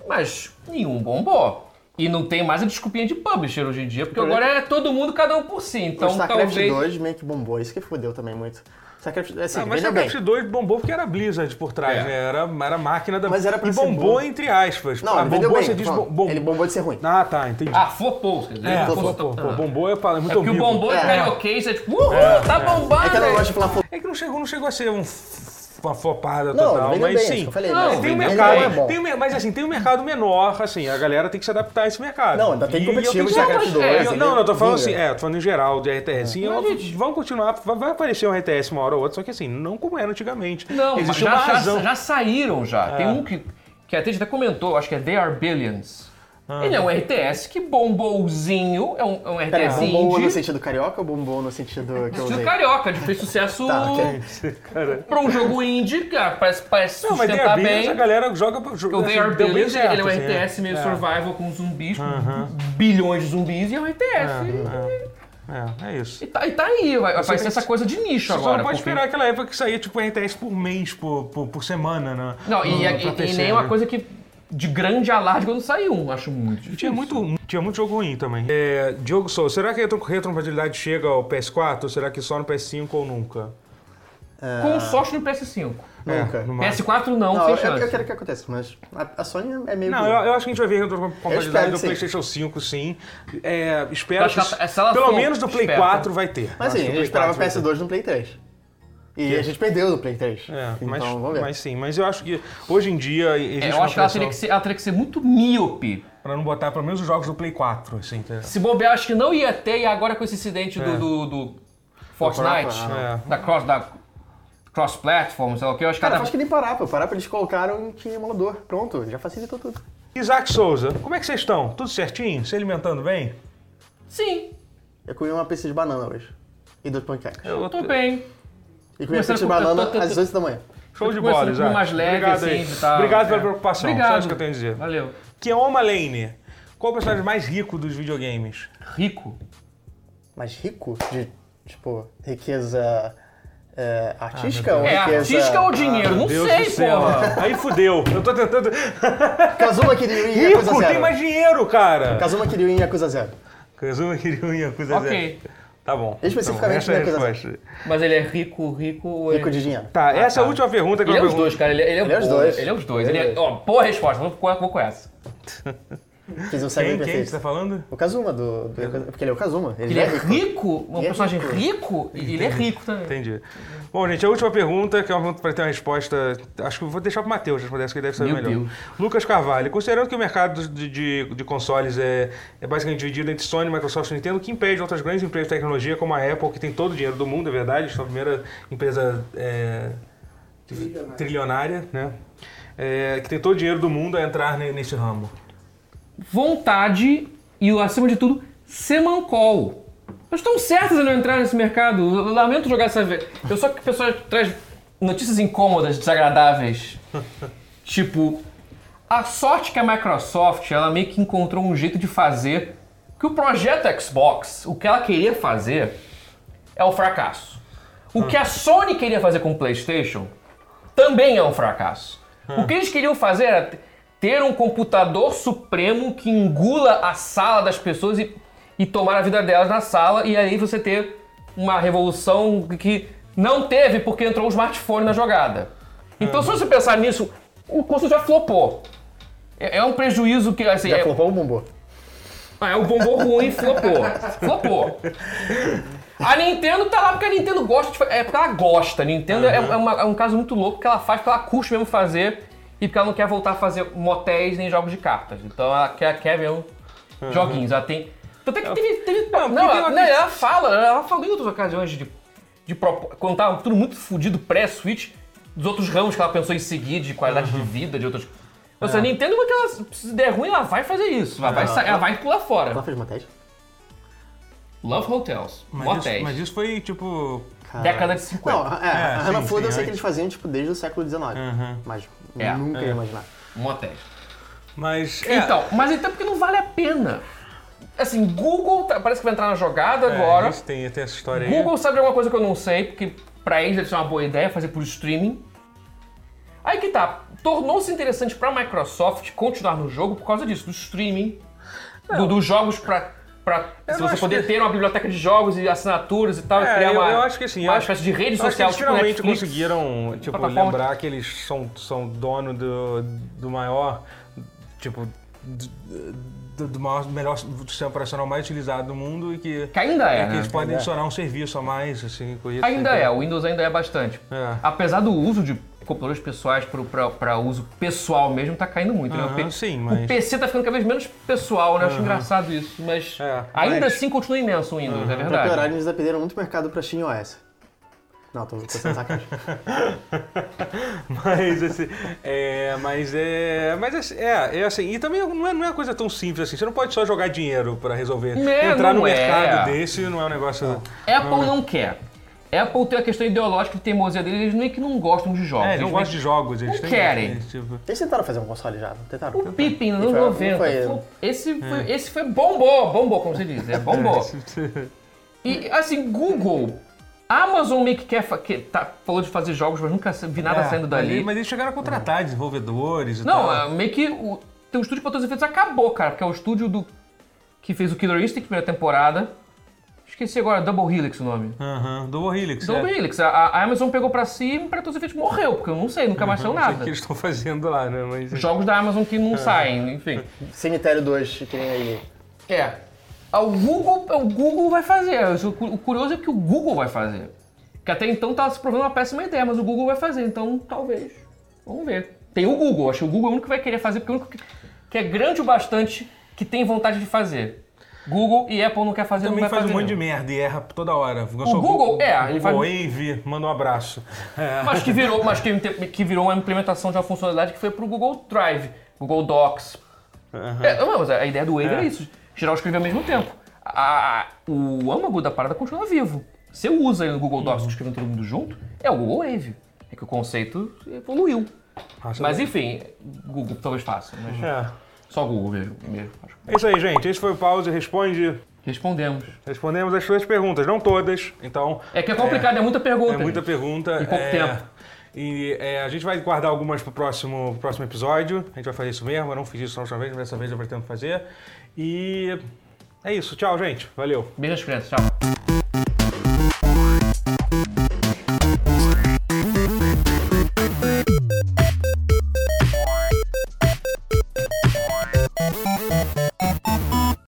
Speaker 2: mas nenhum bombou. E não tem mais a desculpinha de publisher hoje em dia, porque agora é todo mundo, cada um por si. Então
Speaker 3: o StarCraft
Speaker 2: talvez.
Speaker 3: 2 meio que bombou, isso que fudeu também muito. StarCraft, assim,
Speaker 1: Ah, mas
Speaker 3: veja bem.
Speaker 1: StarCraft 2 bombou porque era Blizzard por trás,
Speaker 2: É.
Speaker 1: né? Era, era a máquina da...
Speaker 3: Mas era pra
Speaker 1: E
Speaker 3: ser
Speaker 1: bombou
Speaker 3: bom.
Speaker 1: entre aspas.
Speaker 3: Não,
Speaker 1: ah,
Speaker 3: ele vendeu
Speaker 1: bombou,
Speaker 3: bem.
Speaker 1: você diz
Speaker 3: tô falando.
Speaker 1: bom-
Speaker 3: Ele bombou de ser ruim.
Speaker 1: Ah, tá, entendi.
Speaker 2: Ah, flopou, quer dizer,
Speaker 1: É,
Speaker 2: não
Speaker 1: pô,
Speaker 2: fosse
Speaker 1: pô,
Speaker 2: tão-
Speaker 1: pô,
Speaker 2: Ah.
Speaker 1: bombou eu falo, é
Speaker 2: É
Speaker 1: muito
Speaker 2: porque o
Speaker 1: ambíguo.
Speaker 2: bombou é
Speaker 3: É.
Speaker 2: karaokê, é tipo, uhul, tá bombando!
Speaker 3: É que eu não gosto de falar
Speaker 1: É que não chegou, não chegou a ser um f- uma flopada
Speaker 3: Não,
Speaker 1: total,
Speaker 3: vendeu
Speaker 1: mas
Speaker 3: bem, isso
Speaker 1: sim.
Speaker 3: que eu falei.
Speaker 2: Não,
Speaker 3: mas
Speaker 1: Tem um
Speaker 2: vendeu
Speaker 1: mercado,
Speaker 2: bem,
Speaker 3: é bom.
Speaker 1: tem um mer- mas assim, tem um mercado menor, assim, a galera tem que se adaptar a esse mercado.
Speaker 3: Não, ainda tem
Speaker 1: E eu
Speaker 3: competitivo né? de
Speaker 1: tenho certeza-
Speaker 2: mas
Speaker 3: StarCraft
Speaker 2: é,
Speaker 3: 2.
Speaker 1: Eu-
Speaker 3: ele
Speaker 1: não, não, eu tô falando assim,
Speaker 3: vinga.
Speaker 1: é, tô falando em geral de RTS. Sim, eu-
Speaker 2: Mas, gente-
Speaker 1: vão continuar, vai vai aparecer um RTS uma hora ou outra, só que assim, não como era antigamente.
Speaker 2: Não, mas
Speaker 1: Existe
Speaker 2: já,
Speaker 1: uma
Speaker 2: já-
Speaker 1: razão. É.
Speaker 2: já saíram já. Tem um que, que a gente até comentou, acho que é They Are Billions.
Speaker 1: Ah.
Speaker 2: Ele é um RTS que bombouzinho, é um, é um
Speaker 3: Peraí,
Speaker 2: RTS
Speaker 3: bombou no
Speaker 2: indie.
Speaker 3: sentido carioca ou bombou no sentido que eu
Speaker 2: Estilo
Speaker 3: usei?
Speaker 2: carioca, de fez sucesso
Speaker 3: Tá, ok.
Speaker 1: Cara,
Speaker 2: pra um jogo indie, cara, parece, parece
Speaker 1: Não, mas The
Speaker 2: sustentar
Speaker 1: Are Billions, a
Speaker 2: bem.
Speaker 1: galera joga... pra-
Speaker 2: O
Speaker 1: assim,
Speaker 2: They Are
Speaker 1: deu bem
Speaker 2: Billions,
Speaker 1: certo,
Speaker 2: ele é um
Speaker 1: assim,
Speaker 2: RTS meio
Speaker 1: é.
Speaker 2: survival com zumbis, com bilhões de zumbis, e é um RTS.
Speaker 1: É, é isso.
Speaker 2: E, tá, e tá aí, vai, vai
Speaker 1: tem
Speaker 2: ser essa coisa de nicho
Speaker 1: Você só
Speaker 2: agora.
Speaker 1: não pode
Speaker 2: porque-
Speaker 1: esperar aquela época que saía tipo RTS por mês, por, por, por semana, né?
Speaker 2: Não, e, é,
Speaker 1: No-
Speaker 2: e-
Speaker 1: pra
Speaker 2: e
Speaker 1: PC,
Speaker 2: nem uma
Speaker 1: né?
Speaker 2: coisa que de grande alarde quando saiu um, acho muito difícil.
Speaker 1: Tinha muito, tinha muito jogo ruim também. É, Diogo Souza, será que a retro- retrocompatibilidade chega ao PS4 ou será que só no PS5 ou nunca?
Speaker 2: Com sorte no PS5.
Speaker 3: Nunca.
Speaker 1: É, no máximo.
Speaker 2: PS4 não,
Speaker 3: Não,
Speaker 2: sem
Speaker 3: eu,
Speaker 2: chance.
Speaker 3: eu quero que aconteça, mas a, a Sony é meio.
Speaker 1: Não, eu, eu acho que a gente vai ver
Speaker 3: Eu espero
Speaker 1: retrocompatibilidade
Speaker 3: que
Speaker 1: do
Speaker 3: sim.
Speaker 1: PlaySation 5, sim. É, espero
Speaker 2: Acho que ela-
Speaker 1: que,
Speaker 2: se ela
Speaker 1: pelo
Speaker 2: for
Speaker 1: menos do Play
Speaker 2: esperta.
Speaker 1: 4 vai ter.
Speaker 3: Mas
Speaker 1: Acho
Speaker 3: assim,
Speaker 1: que o
Speaker 3: eu
Speaker 1: Play
Speaker 3: esperava
Speaker 1: 4 vai ter.
Speaker 3: PS2 no Play 3. E a gente perdeu no Play 3.
Speaker 1: É,
Speaker 3: então,
Speaker 1: mas,
Speaker 3: vamos ver.
Speaker 1: mas sim, mas eu acho que hoje em dia existe
Speaker 2: É, eu
Speaker 1: uma
Speaker 2: acho que ela
Speaker 1: pressão
Speaker 2: teria que, ser, ela teria que ser muito míope.
Speaker 1: pra não botar pelo menos os jogos do Play 4, assim, tá?
Speaker 2: Se bobear, acho que não ia ter, e agora com esse incidente
Speaker 1: É.
Speaker 2: do, do, do Fortnite,
Speaker 1: própria-
Speaker 2: da cross, da cross platform, sei lá o que, eu acho que
Speaker 3: Cara,
Speaker 2: ela
Speaker 3: eu acho que nem parar, pô. Parar, eles colocaram que tinha emulador. Pronto, já facilitou tudo.
Speaker 1: Isaac Souza, como é que vocês estão? Tudo certinho? Se alimentando bem?
Speaker 2: Sim,
Speaker 3: Eu comi uma pizza de banana hoje. E duas panquecas.
Speaker 2: eu tô bem.
Speaker 3: E comi a pizza
Speaker 2: Começaram
Speaker 3: de
Speaker 2: com-
Speaker 3: banana
Speaker 2: eu tô- eu tô-
Speaker 3: às 8 da manhã.
Speaker 1: Show de
Speaker 2: Começando
Speaker 1: bola,
Speaker 2: com
Speaker 1: Isaac.
Speaker 2: mais leve,
Speaker 1: Obrigado
Speaker 2: assim,
Speaker 1: aí.
Speaker 2: e tal,
Speaker 1: Obrigado pela
Speaker 2: é.
Speaker 1: preocupação.
Speaker 2: Obrigado.
Speaker 1: Só isso que eu tenho a dizer.
Speaker 2: Valeu.
Speaker 1: Kioma Lane, qual o personagem mais rico dos videogames?
Speaker 2: Rico.
Speaker 3: Mas rico de, tipo, riqueza é, artística ou
Speaker 2: É
Speaker 3: riqueza... Ah,
Speaker 2: artística ou dinheiro? não
Speaker 1: Então, Deus do
Speaker 2: sei,
Speaker 1: céu.
Speaker 2: porra.
Speaker 1: Aí fudeu. Eu tô tentando.
Speaker 3: Kazuma queria ir em Yakuza
Speaker 1: Rico, tem
Speaker 3: é Zero.
Speaker 1: mais dinheiro, cara.
Speaker 3: Kazuma queria ir em Yakuza Zero.
Speaker 1: Kazuma queria um Yakuza
Speaker 2: Ok.
Speaker 1: Zero. Tá bom.
Speaker 3: Especificamente
Speaker 1: tá bom. Essa é a
Speaker 3: Yakuza
Speaker 1: resposta.
Speaker 2: Mas ele é rico, rico ou
Speaker 3: Rico
Speaker 2: ele...
Speaker 3: de dinheiro.
Speaker 1: Tá, essa é a última pergunta que
Speaker 2: Ele é
Speaker 1: eu
Speaker 2: os
Speaker 1: pergunto.
Speaker 2: dois, cara. Ele, ele é,
Speaker 3: Ele é os
Speaker 2: boa,
Speaker 3: dois.
Speaker 2: Ele é os dois.
Speaker 3: Ele
Speaker 2: Ele
Speaker 3: é
Speaker 2: é... Ó, boa resposta. Vou, vou com essa.
Speaker 3: Fez o
Speaker 1: Quem,
Speaker 3: cérebro
Speaker 1: quem que você
Speaker 3: perfeito.
Speaker 1: tá falando?
Speaker 3: O Kazuma do, do- Porque ele é o Kazuma. Ele,
Speaker 2: Ele
Speaker 3: é
Speaker 2: é
Speaker 3: rico.
Speaker 2: rico, um
Speaker 3: Ele é
Speaker 2: personagem
Speaker 3: rico.
Speaker 2: rico, e ele é rico também.
Speaker 1: Entendi. Bom, gente, a última pergunta, que é uma pergunta para ter uma resposta. Acho que eu vou deixar pro Matheus responder essa, que ele deve saber
Speaker 2: Meu
Speaker 1: melhor.
Speaker 2: Deus.
Speaker 1: Lucas Carvalho, considerando que o mercado de, de, de consoles é, é basicamente dividido entre Sony, Microsoft e Nintendo, o que impede outras grandes empresas de tecnologia, como a Apple, que tem todo o dinheiro do mundo, é verdade, eles são a primeira empresa é, trilionária. né? É, que tem todo o dinheiro do mundo a entrar ne- nesse ramo.
Speaker 2: vontade e, acima de tudo, semancol. Elas estão certas em não entrar nesse mercado. Eu lamento jogar essa vez. Eu só que o pessoal traz notícias incômodas, desagradáveis. tipo, a sorte que a Microsoft, ela meio que encontrou um jeito de fazer que o projeto Xbox, o que ela queria fazer, é um fracasso. O que a Sony queria fazer com o PlayStation também é um fracasso. O que eles queriam fazer era te- ter um computador supremo que engula a sala das pessoas e, e tomar a vida delas na sala, e aí você ter uma revolução que não teve porque entrou o smartphone na jogada. Então, se você pensar nisso, o curso já flopou. É é um prejuízo que. Assim,
Speaker 3: Já
Speaker 2: é-
Speaker 3: flopou o bombô.
Speaker 2: ah, é o bombom ruim flopou. Flopou. A Nintendo tá lá porque a Nintendo gosta de fa- É porque ela gosta. A Nintendo é, é uma- é um caso muito louco que ela faz porque ela curte mesmo fazer e porque ela não quer voltar a fazer motéis nem jogos de cartas. Então ela quer, quer mesmo joguinhos. Ela tem. Então tem que teve.
Speaker 1: porque
Speaker 2: teve- não,
Speaker 1: tem
Speaker 2: ela,
Speaker 1: uma
Speaker 2: não, é
Speaker 1: que-
Speaker 2: ela fala, ela falou em outras ocasiões de. de propo- quando tava tudo muito fodido pré-Switch, dos outros ramos que ela pensou em seguir, de qualidade
Speaker 1: Uhum.
Speaker 2: de vida, de outras. Ou
Speaker 1: É.
Speaker 2: seja, a Nintendo, quando ela, se der ruim, ela vai fazer isso. Ela, vai, sa- ela vai pular fora.
Speaker 3: Ela fez uma teste?
Speaker 2: Love Hotels,
Speaker 1: Mas
Speaker 2: motéis,
Speaker 1: isso, mas isso foi tipo.
Speaker 2: década de 50.
Speaker 3: Não, é, a Hannah
Speaker 1: sim,
Speaker 3: Flood eu
Speaker 1: sim,
Speaker 3: sei
Speaker 1: antes.
Speaker 3: que eles faziam, tipo, desde o século XIX. Mas
Speaker 2: É,
Speaker 3: nunca ia imaginar.
Speaker 2: Motéis.
Speaker 1: Mas. é,
Speaker 2: Então, mas então porque não vale a pena. Assim, Google tá- parece que vai entrar na jogada
Speaker 1: é,
Speaker 2: agora.
Speaker 1: isso tem, tem essa história aí.
Speaker 2: Google sabe de alguma coisa que eu não sei, porque pra eles deve ser uma boa ideia fazer por streaming. Aí que tá, tornou-se interessante pra Microsoft continuar no jogo por causa disso, do streaming, do- dos jogos pra. pra se
Speaker 1: não
Speaker 2: você
Speaker 1: acho
Speaker 2: poder
Speaker 1: que-
Speaker 2: ter uma biblioteca de jogos e assinaturas e tal, e
Speaker 1: É,
Speaker 2: criar
Speaker 1: eu-
Speaker 2: uma,
Speaker 1: eu acho que assim, eu
Speaker 2: uma
Speaker 1: acho-
Speaker 2: espécie de rede
Speaker 1: Eu acho que
Speaker 2: social
Speaker 1: eles
Speaker 2: tipo
Speaker 1: finalmente
Speaker 2: Netflix.
Speaker 1: conseguiram tipo,
Speaker 2: plataforma
Speaker 1: lembrar que eles são, são dono do, do maior, tipo, do, do- do maior, melhor sistema operacional mais utilizado do mundo e que,
Speaker 2: Que ainda é,
Speaker 1: que
Speaker 2: né?
Speaker 1: eles podem adicionar um serviço a mais, assim, coisa
Speaker 2: Ainda é, o Windows ainda é bastante.
Speaker 1: É.
Speaker 2: Apesar do uso de computadores pessoais para uso pessoal mesmo, tá caindo muito, né? O
Speaker 1: Aham,
Speaker 2: P-
Speaker 1: sim,
Speaker 2: O
Speaker 1: mas...
Speaker 2: PC tá ficando cada vez menos pessoal, né? Eu Acho engraçado isso, mas
Speaker 1: É,
Speaker 2: ainda
Speaker 1: mas-
Speaker 2: assim continua imenso o Windows, é
Speaker 3: Pra
Speaker 2: verdade.
Speaker 3: piorar, eles aprenderam muito mercado pra SteamOS. Não, tô, tô sendo sacanagem.
Speaker 1: Mas, assim, é, mas é... Mas, assim, é, é assim, e também não é, não é uma coisa tão simples assim, você não pode só jogar dinheiro pra resolver.
Speaker 2: Não,
Speaker 1: Entrar no
Speaker 2: não é.
Speaker 1: mercado desse não é um negócio...
Speaker 2: Apple não quer. Apple tem a questão ideológica de teimosia deles, eles nem que não gostam de jogos.
Speaker 1: É, eles não
Speaker 2: eles
Speaker 1: gostam de jogos, eles
Speaker 2: não
Speaker 1: têm-
Speaker 2: querem.
Speaker 1: eles, tipo-
Speaker 3: Eles tentaram fazer um console já, não tentaram?
Speaker 1: Então,
Speaker 2: O Pippin, nos
Speaker 3: Foi-
Speaker 2: anos
Speaker 3: foi-
Speaker 2: 90.
Speaker 3: foi-
Speaker 2: esse,
Speaker 1: É.
Speaker 2: foi, esse foi bombou, bombou, como se diz, é bombou. E assim, Google, Amazon meio que quer, fa- que tá, falou de fazer jogos, mas nunca vi nada
Speaker 1: É,
Speaker 2: saindo
Speaker 1: mas
Speaker 2: dali.
Speaker 1: ele- Mas eles chegaram a contratar desenvolvedores e
Speaker 2: Não,
Speaker 1: tal.
Speaker 2: é, meio que o teu estúdio para todos os efeitos acabou, cara, porque é o estúdio do que fez o Killer Instinct primeira temporada. Esqueci agora, Double Helix o nome.
Speaker 1: Aham, do é. Helix.
Speaker 2: Double Helix, a, a Amazon pegou pra si e para todos os efeitos morreu, porque eu não sei, nunca mais saiu
Speaker 1: Não sei o
Speaker 2: nada.
Speaker 1: que eles estão fazendo lá, né? Mas,
Speaker 2: Jogos da Amazon que não saem, enfim.
Speaker 3: Cemitério 2, que nem aí.
Speaker 2: É. Ah, O Google, o Google vai fazer. O cu- o curioso é que o Google vai fazer. Que até então tá se provando uma péssima ideia, mas o Google vai fazer, então talvez. Vamos ver. Tem o Google, acho que o Google é o único que vai querer fazer, porque é o único que, que é grande o bastante que tem vontade de fazer. Google e Apple não quer fazer,
Speaker 1: também
Speaker 2: não vai
Speaker 1: faz
Speaker 2: fazer.
Speaker 1: um monte de
Speaker 2: mesmo.
Speaker 1: merda e erra toda hora. O
Speaker 2: Google, é, ele faz-
Speaker 1: Wave, manda um abraço. É.
Speaker 2: Mas que virou, mas que, que virou uma implementação de uma funcionalidade que foi pro Google Drive, Google Docs. É, não, mas a ideia do Wave
Speaker 1: É.
Speaker 2: era isso, geral escrever ao mesmo tempo. A- a- o âmago da parada continua vivo. Você usa ele no Google Docs
Speaker 1: Uhum.
Speaker 2: escrevendo todo mundo junto, é o Google Wave. É que o conceito evoluiu.
Speaker 1: Nossa,
Speaker 2: Mas enfim, Google talvez faça, mas
Speaker 1: é.
Speaker 2: só Google mesmo. mesmo, acho.
Speaker 1: É isso aí, gente. Esse foi o Pause Responde.
Speaker 2: Respondemos.
Speaker 1: Respondemos as suas perguntas, não todas. Então,
Speaker 2: É que é complicado, é, muita pergunta.
Speaker 1: é muita
Speaker 2: gente.
Speaker 1: pergunta.
Speaker 2: E pouco
Speaker 1: é,
Speaker 2: tempo.
Speaker 1: E é, a gente vai guardar algumas pro próximo, pro próximo episódio. A gente vai fazer isso mesmo. Eu não fiz isso na última vez, mas dessa vez eu pretendo fazer. E é isso. Tchau, gente. Valeu.
Speaker 2: Beijo nas crianças, tchau.